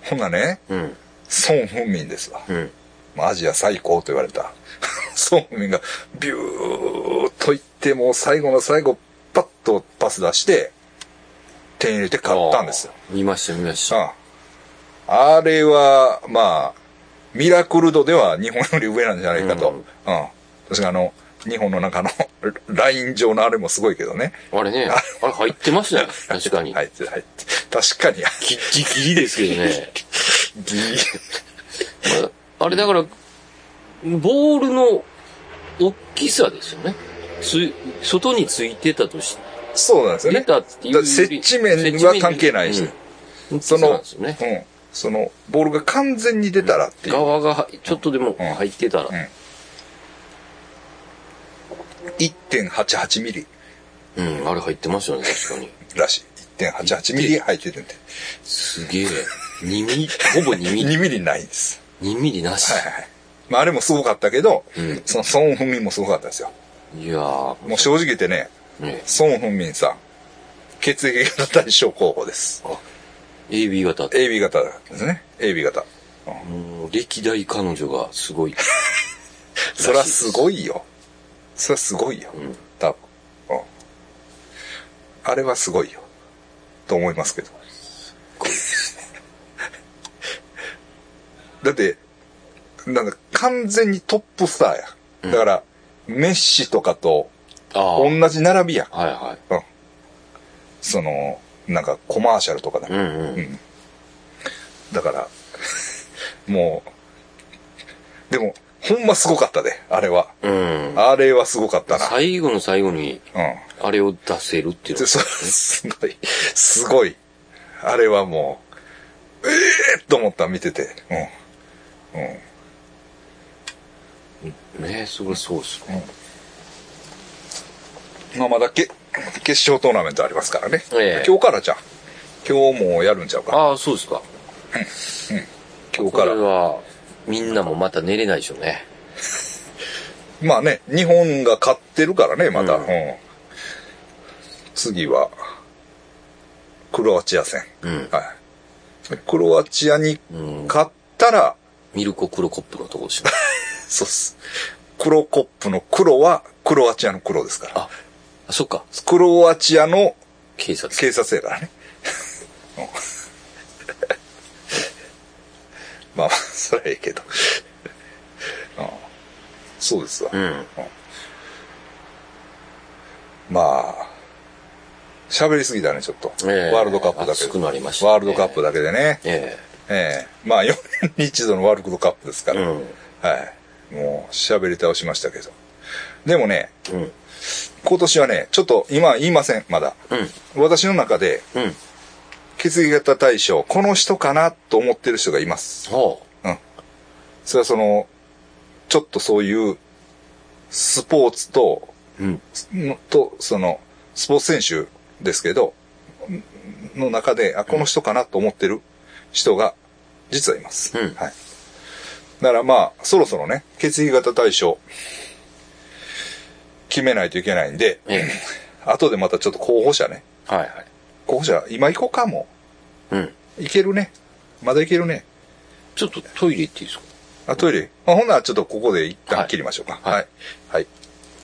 Speaker 1: ほんなね、
Speaker 2: う。うん。
Speaker 1: 孫ン・フンミンですわ。
Speaker 2: うん。
Speaker 1: まあアジア最高と言われた。 <laughs> 孫ン・フンミンがビューっといって、もう最後の最後、パッとパス出して、点入れて勝ったんですよ。
Speaker 2: あー。見ました、見ました。
Speaker 1: あああれは、まあ、ミラクル度では日本より上なんじゃないかと。う
Speaker 2: うん
Speaker 1: ん。確かあの、日本の中の <laughs> ライン上のあれもすごいけどね。
Speaker 2: あれ
Speaker 1: <laughs>
Speaker 2: ね、あれ入ってましたよ。確かに。
Speaker 1: はい、はい。確かに、
Speaker 2: ギッギギリですけどね。
Speaker 1: <laughs> ギ
Speaker 2: まああれだから、ボールの大きさですよね。つ外についてたとし
Speaker 1: そうなんですよ
Speaker 2: て
Speaker 1: ね。
Speaker 2: たっていうより。
Speaker 1: だから接地面は関係ないし
Speaker 2: うん
Speaker 1: そ
Speaker 2: そう
Speaker 1: の
Speaker 2: なんですよね。
Speaker 1: うん。その、ボールが完全に出たらっていう。
Speaker 2: 側がちょっとでも
Speaker 1: うん
Speaker 2: 入ってたら。
Speaker 1: 1.88ミリ
Speaker 2: うん、あれ入ってましたね、確かに。
Speaker 1: らしい。 1.88ミリ入っててんて。
Speaker 2: すげえ。2ミリ、ほぼ2ミリ。
Speaker 1: 2ミリないです。
Speaker 2: 2ミリなし
Speaker 1: は。いはい。まあ、あれもすごかったけど、
Speaker 2: うん
Speaker 1: その孫文民もすごかったですよ。
Speaker 2: いやー、
Speaker 1: もう正直言ってね、
Speaker 2: ね、
Speaker 1: 孫文民さん、血液型対象候補です。
Speaker 2: AB 型。
Speaker 1: AB 型ですね。AB 型。うん
Speaker 2: うん歴代彼女がすごい。
Speaker 1: <laughs> そりゃすごいよ。そりゃすごいよ。
Speaker 2: うん
Speaker 1: 多分。うんあれはすごいよ。と思いますけど。だって、なんか完全にトップスターや。だから、メッシとかと
Speaker 2: ああ。
Speaker 1: 同
Speaker 2: はい
Speaker 1: じ並びや。
Speaker 2: は
Speaker 1: うん。その、なんかコマーシャルとかだ
Speaker 2: い。う。んうん。
Speaker 1: だから、 <laughs> もう、でも、ほんますごかったで、あれは。
Speaker 2: うん。
Speaker 1: あれはすごかったな。
Speaker 2: 最後の最後に、
Speaker 1: うん。
Speaker 2: あれを出せるっていうの
Speaker 1: で、それ、 <laughs> すごい、すごい。あれはもう、ええと思った、見てて。うん。うん。
Speaker 2: ねそれそうですね。
Speaker 1: まあ、まだけ、決勝トーナメントありますからね。
Speaker 2: ええ
Speaker 1: 今日からじゃん。今日もやるんちゃうか。
Speaker 2: ああ、そうですか。
Speaker 1: 今日
Speaker 2: こ
Speaker 1: か
Speaker 2: れ
Speaker 1: ら。
Speaker 2: は、みんなもまた寝れないでしょうね。
Speaker 1: まあね、日本が勝ってるからね、また。
Speaker 2: う
Speaker 1: うんん。次は、クロアチア戦。
Speaker 2: うん
Speaker 1: はい。クロアチアに
Speaker 2: うん
Speaker 1: 勝ったら、
Speaker 2: ミルコ・クロコップのところでし
Speaker 1: <laughs>
Speaker 2: ょ。
Speaker 1: そうっす。クロコップの黒は、クロアチアの黒ですから。
Speaker 2: あ、あそっか。
Speaker 1: クロアチアの
Speaker 2: 警察。
Speaker 1: 警察やからね。 <laughs> うんまあまあ、それはええけど。うんそうですわ。
Speaker 2: うん。
Speaker 1: まあ、喋りすぎたね、ちょっと。
Speaker 2: ええ
Speaker 1: ワールドカップだけ
Speaker 2: 熱くなりましたね
Speaker 1: ワールドカップだけでね。え
Speaker 2: え
Speaker 1: えまあ、4年に一度のワールドカップですか
Speaker 2: え。
Speaker 1: ら。はい。もう、喋り倒しましたけど。でもね、
Speaker 2: うん。うん。
Speaker 1: 今年はね、ちょっと今は言いません、まだ。
Speaker 2: うん。
Speaker 1: 私の中で、
Speaker 2: うん。
Speaker 1: 血液型対象、この人かなと思ってる人がいます。
Speaker 2: ほ
Speaker 1: うん。それはその、ちょっとそういう、スポーツと、
Speaker 2: う。うん。
Speaker 1: のと、その、スポーツ選手ですけど、んの中で、あ、この人かなと思ってる人が、実はいます。
Speaker 2: うん
Speaker 1: はい。だからまあ、そろそろね、血液型対象、決めないといけないんで、
Speaker 2: ええ。
Speaker 1: 後でまたちょっと候補者ね。
Speaker 2: はいはい。
Speaker 1: 候補者、今行こうか、も
Speaker 2: うん。
Speaker 1: う。いけるね。まだいけるね。
Speaker 2: ちょっとトイレ行っていいですか
Speaker 1: あ、トイレ。まあ、ほんならちょっとここで一
Speaker 2: は
Speaker 1: 旦
Speaker 2: い
Speaker 1: 切りましょうか。
Speaker 2: はい
Speaker 1: はい。はい